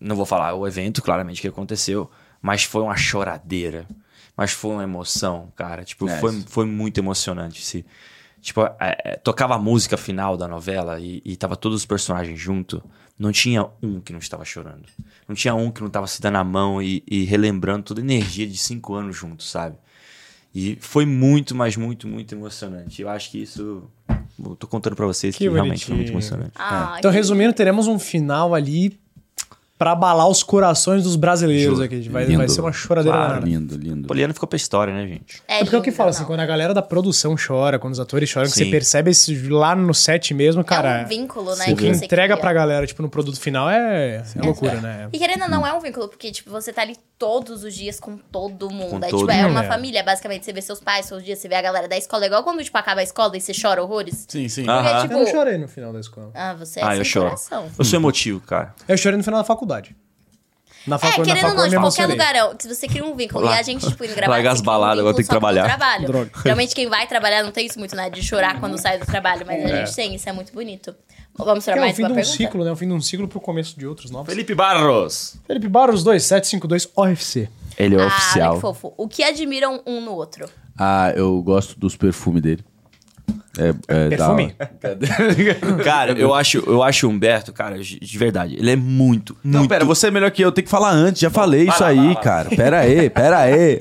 Speaker 1: não vou falar o evento, claramente, que aconteceu, mas foi uma choradeira. Mas foi uma emoção, cara. Tipo,
Speaker 3: É,
Speaker 1: foi,
Speaker 3: isso.
Speaker 1: foi muito emocionante. Esse, Tipo, é, é, tocava a música final da novela e, e tava todos os personagens junto. Não tinha um que não estava chorando. Não tinha um que não estava se dando a mão e, e relembrando toda a energia de cinco anos juntos, sabe? E foi muito, mas muito, muito emocionante. Eu acho que isso. Eu tô contando pra vocês
Speaker 6: Que
Speaker 1: que, realmente foi muito
Speaker 6: bonitinho.
Speaker 1: emocionante.
Speaker 5: Ah,
Speaker 6: Então,
Speaker 5: que-
Speaker 6: resumindo, teremos um final ali pra abalar os corações dos brasileiros aqui. Vai, vai
Speaker 3: Lindo.
Speaker 6: ser uma choradeira
Speaker 3: Claro,
Speaker 6: danada.
Speaker 3: lindo, lindo.
Speaker 1: Poliana ficou pra história, né, gente?
Speaker 6: É porque é o que
Speaker 5: lindo,
Speaker 6: fala, assim,
Speaker 5: não.
Speaker 6: quando a galera da produção chora, quando os atores choram, que
Speaker 1: Sim.
Speaker 6: você percebe isso lá no set mesmo, cara.
Speaker 5: é um vínculo, né?
Speaker 6: o que
Speaker 5: que você
Speaker 6: entrega
Speaker 5: cria.
Speaker 6: pra galera, tipo, no produto final é, é loucura, né?
Speaker 5: E querendo ou não, é um vínculo, porque, tipo, você tá ali todos os dias com todo mundo.
Speaker 1: Com
Speaker 5: é,
Speaker 1: todo
Speaker 5: tipo, é
Speaker 1: mundo.
Speaker 5: uma
Speaker 6: É.
Speaker 5: família, basicamente. Você vê seus pais, seus dias, você vê a galera da escola. É igual quando, tipo, acaba a escola e você chora horrores.
Speaker 3: Sim, sim.
Speaker 1: Ah.
Speaker 5: Porque,
Speaker 1: Aham.
Speaker 6: Eu não
Speaker 5: tipo...
Speaker 6: chorei no final da escola.
Speaker 5: Ah, você é
Speaker 1: Ah,
Speaker 5: sem
Speaker 1: eu choro.
Speaker 5: coração.
Speaker 1: Eu sou emotivo, cara.
Speaker 6: Eu chorei no final da faculdade. Na
Speaker 5: É,
Speaker 6: faculdade, na
Speaker 5: querendo ou não,
Speaker 6: faculdade
Speaker 5: de
Speaker 6: eu me
Speaker 5: qualquer
Speaker 6: emocionei.
Speaker 5: lugar, é- se você cria um vínculo.
Speaker 1: Lá-
Speaker 5: e a gente, tipo, em gravar.
Speaker 1: Largar as baladas, agora tem que trabalhar.
Speaker 5: Trabalho.
Speaker 6: Droga. [LAUGHS] Uhum.
Speaker 5: Geralmente quem vai trabalhar não tem isso muito, né? De chorar quando sai do trabalho, mas a gente tem, isso é muito bonito. Vamos
Speaker 6: Que
Speaker 5: tirar
Speaker 6: é o
Speaker 5: mais
Speaker 6: fim
Speaker 5: uma
Speaker 6: de um
Speaker 5: pergunta?
Speaker 6: ciclo, né? O fim de um ciclo pro começo de outros novos.
Speaker 1: Felipe Barros!
Speaker 6: Felipe Barros 2752 OFC.
Speaker 2: Ele é
Speaker 5: ah, olha
Speaker 2: oficial.
Speaker 5: que fofo. O que admiram um no outro?
Speaker 2: Ah, eu gosto dos perfumes dele. É, é da
Speaker 6: Perfume?
Speaker 2: [LAUGHS] hora.
Speaker 1: Cara, eu acho, eu acho o Humberto, cara, de de verdade, ele é muito, muito.
Speaker 2: Não, pera, você é melhor que eu, tem que falar antes, já falei isso
Speaker 1: lá,
Speaker 2: aí,
Speaker 1: vai lá.
Speaker 2: cara. Pera aí, pera
Speaker 1: [LAUGHS]
Speaker 2: aí.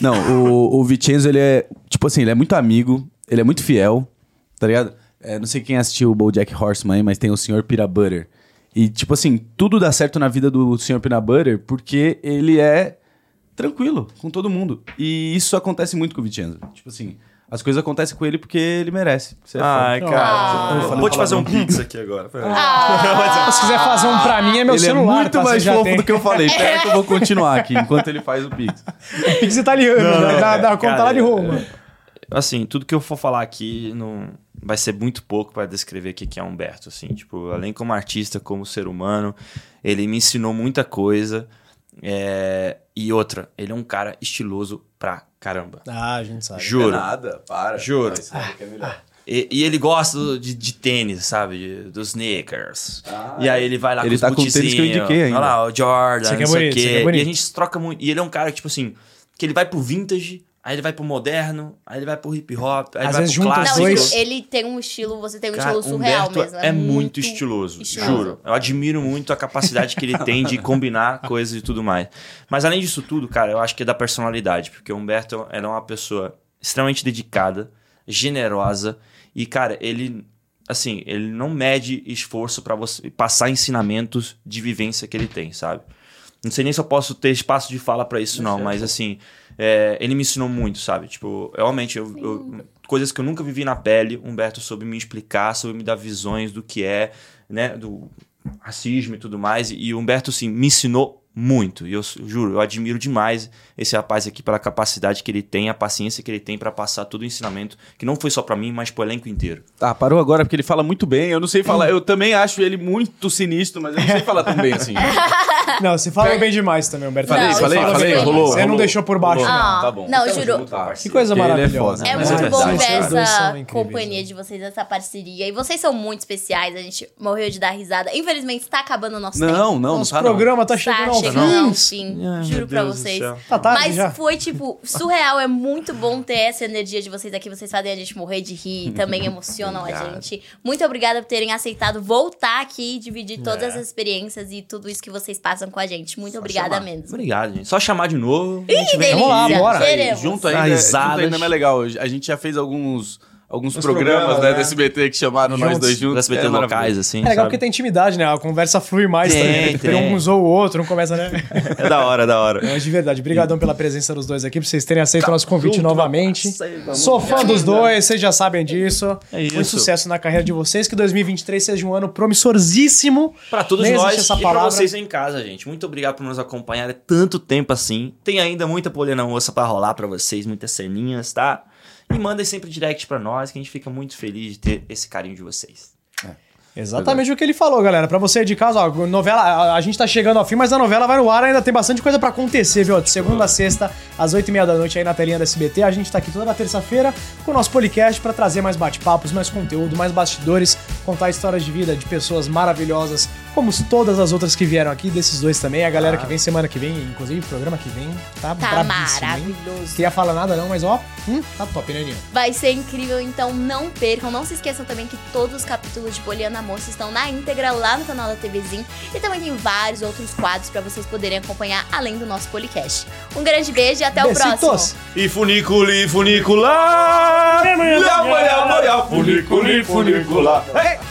Speaker 2: Não, o, o Vicenzo, ele é, tipo assim, ele é muito amigo, ele é muito fiel, tá ligado? É, não sei quem assistiu o BoJack Horseman, aí, mas tem o Sr. Peanut Butter. E, tipo assim, tudo dá certo na vida do Sr. Peanut Butter porque ele é tranquilo com todo mundo. E isso acontece muito com o Vicenzo. Tipo assim, as coisas acontecem com ele porque ele merece. Você é foda.
Speaker 1: Ai, cara.
Speaker 5: Ah.
Speaker 1: Eu Vou te fazer um pix aqui
Speaker 6: [LAUGHS]
Speaker 1: agora.
Speaker 6: Se quiser fazer um pra mim, é meu
Speaker 2: ele
Speaker 6: celular,
Speaker 2: é muito
Speaker 6: tá? Você
Speaker 2: mais
Speaker 6: já
Speaker 2: fofo
Speaker 6: tem.
Speaker 2: do que eu falei. Pera que eu vou continuar aqui enquanto ele faz o pix. [LAUGHS]
Speaker 6: Pix italiano, né?
Speaker 2: é,
Speaker 6: da, da conta lá de Roma.
Speaker 1: é, Assim, tudo que eu for falar aqui não vai ser muito pouco pra descrever o que que é Humberto, assim, tipo, além como artista, como ser humano, ele me ensinou muita coisa. é, E outra, ele é um cara estiloso pra caramba.
Speaker 6: Ah, a gente sabe.
Speaker 1: Juro.
Speaker 2: Nada, para.
Speaker 1: Juro.
Speaker 2: Não, isso aí que é melhor.
Speaker 1: E, e ele gosta do- de, de tênis, sabe? De- Dos sneakers. e aí ele vai lá
Speaker 2: Ele
Speaker 1: com
Speaker 2: tá
Speaker 1: os
Speaker 2: com o tênis que eu
Speaker 1: bootzinhos,
Speaker 2: indiquei ainda.
Speaker 1: Olha lá, o Jordan,
Speaker 6: Ah, Isso aqui
Speaker 1: não
Speaker 6: é
Speaker 1: sei o
Speaker 6: bonito, isso aqui é
Speaker 1: quê. e
Speaker 6: bonito.
Speaker 1: a gente troca muito. E ele é um cara que, tipo assim, que ele vai pro vintage, aí ele vai pro moderno, aí ele vai pro hip hop, aí
Speaker 6: Às
Speaker 1: ele vai
Speaker 6: vezes
Speaker 1: pro
Speaker 6: junta os
Speaker 1: clássico.
Speaker 5: Não,
Speaker 6: dois.
Speaker 5: ele, ele tem um estilo, você tem um
Speaker 1: Cara,
Speaker 5: estilo surreal
Speaker 1: Humberto
Speaker 5: mesmo.
Speaker 1: é, muito, estiloso, juro. Eu admiro muito a capacidade que ele tem de combinar coisas e tudo mais. Mas além disso tudo, cara, eu acho que é da personalidade, porque o Humberto era uma pessoa extremamente dedicada, generosa e, cara, ele assim, ele não mede esforço pra você passar ensinamentos de vivência que ele tem, sabe? Não sei nem se eu posso ter espaço de fala pra isso, não, mas assim, é, ele me ensinou muito, sabe? Tipo, realmente, eu- eu- coisas que eu nunca vivi na pele, Humberto soube me explicar, soube me dar visões do que é, né, do racismo e tudo mais, e o Humberto, assim, me ensinou muito, e eu s- juro, eu admiro demais esse rapaz aqui pela capacidade que ele tem, a paciência que ele tem pra passar todo o ensinamento, que não foi só pra mim, mas pro elenco inteiro.
Speaker 2: Tá, parou agora porque ele fala muito bem. Eu não sei falar. Eu também acho ele muito sinistro, mas eu não sei falar tão bem
Speaker 3: [LAUGHS]
Speaker 2: assim.
Speaker 6: Não, você falou bem demais também, Humberto.
Speaker 5: Falei,
Speaker 6: Você
Speaker 5: falei,
Speaker 6: falou
Speaker 5: falei,
Speaker 6: bem.
Speaker 5: rolou,
Speaker 6: Você não
Speaker 2: rolou.
Speaker 6: deixou por baixo, não.
Speaker 5: Ah,
Speaker 2: tá bom.
Speaker 5: não,
Speaker 2: Tamo
Speaker 5: juro.
Speaker 2: junto, tá.
Speaker 6: Que coisa
Speaker 2: Ele é
Speaker 6: maravilhosa.
Speaker 2: foda.
Speaker 5: É
Speaker 1: Então, Mas é
Speaker 5: muito
Speaker 1: verdade,
Speaker 5: bom ver
Speaker 1: cara.
Speaker 6: Vocês dois são
Speaker 5: essa
Speaker 6: incríveis,
Speaker 5: companhia
Speaker 6: né?
Speaker 5: de vocês, essa parceria. E vocês são muito especiais, a gente morreu de dar risada. Infelizmente, tá acabando o nosso tempo.
Speaker 2: Não, não,
Speaker 6: Nosso
Speaker 2: não tá. não.
Speaker 6: programa tá
Speaker 5: Tá
Speaker 6: chegando ao
Speaker 5: chegando
Speaker 6: fim.
Speaker 5: ao fim,
Speaker 1: Ai, meu
Speaker 5: juro pra
Speaker 1: Deus do
Speaker 5: vocês.
Speaker 1: céu.
Speaker 6: Tá tarde
Speaker 5: Mas
Speaker 6: já.
Speaker 5: foi, tipo, surreal. É muito bom ter essa energia de vocês aqui. Vocês fazem a gente morrer de
Speaker 1: [LAUGHS]
Speaker 5: rir, também emocionam a gente. Muito obrigada por terem aceitado voltar aqui e dividir
Speaker 1: É.
Speaker 5: todas as experiências e tudo isso que vocês passam com a gente. Muito obrigada mesmo.
Speaker 1: Obrigado, gente. Só chamar de novo. a gente
Speaker 5: Que
Speaker 1: vem
Speaker 5: delícia!
Speaker 1: aqui.
Speaker 6: lá, bora.
Speaker 5: Queremos.
Speaker 3: Junto
Speaker 1: Dá
Speaker 3: ainda, junto
Speaker 1: risadas.
Speaker 3: ainda é mais legal. A gente já fez alguns, alguns
Speaker 2: Os
Speaker 3: programas,
Speaker 2: programas,
Speaker 3: né,
Speaker 2: né?
Speaker 3: do SBT que chamaram nós
Speaker 6: Juntos.
Speaker 3: dois juntos.
Speaker 1: Os SBT
Speaker 3: É
Speaker 1: locais,
Speaker 3: maravilhoso.
Speaker 1: assim.
Speaker 6: É legal
Speaker 1: sabe?
Speaker 6: porque tem intimidade, né? A conversa flui mais
Speaker 1: Tem,
Speaker 6: também.
Speaker 1: tem.
Speaker 6: Um usou o outro, um começa, né?
Speaker 1: É da hora, é da hora.
Speaker 6: Mas de verdade, brigadão pela presença dos dois aqui, por vocês terem aceito o nosso convite novamente.
Speaker 1: parceiro,
Speaker 6: Sou fã dos dois, vocês já sabem disso.
Speaker 1: É isso.
Speaker 6: Muito sucesso na carreira de vocês, que 2023 seja um ano promissorzíssimo.
Speaker 1: Pra todos
Speaker 6: Nem existe
Speaker 1: nós
Speaker 6: essa
Speaker 1: e pra
Speaker 6: palavra.
Speaker 1: vocês em casa, gente. Muito obrigado por nos acompanhar é tanto tempo assim. Tem ainda muita polha na ossa pra rolar pra vocês, muitas ceninhas, tá? E mandem sempre direct pra nós, que a gente fica muito feliz de ter esse carinho de vocês.
Speaker 6: Exatamente o que ele falou, galera. Pra você de casa, ó, novela, a, a gente tá chegando ao fim, mas a novela vai no ar, ainda tem bastante coisa pra acontecer, viu? De segunda a sexta, às oito e meia da noite aí na telinha da SBT. A gente tá aqui toda na terça-feira com o nosso podcast pra trazer mais bate-papos, mais conteúdo, mais bastidores, contar histórias de vida de pessoas maravilhosas Como todas as outras que vieram aqui, desses dois também, a galera que vem semana que vem, inclusive o programa que vem, tá,
Speaker 5: Tá
Speaker 6: bravíssimo, hein?
Speaker 5: maravilhoso.
Speaker 6: Queria falar nada não, mas ó, hum, tá top, né, Ninho?
Speaker 5: Vai ser incrível, então não percam. Não se esqueçam também que todos os capítulos de Poliana Moça estão na íntegra lá no canal da TVzinho. E também tem vários outros quadros pra vocês poderem acompanhar além do nosso podcast. Um grande beijo e até o próximo.
Speaker 6: Besitos.
Speaker 1: E funiculi, funicula! Lhambalhambalha, funiculi, funicula! Ei!
Speaker 4: tá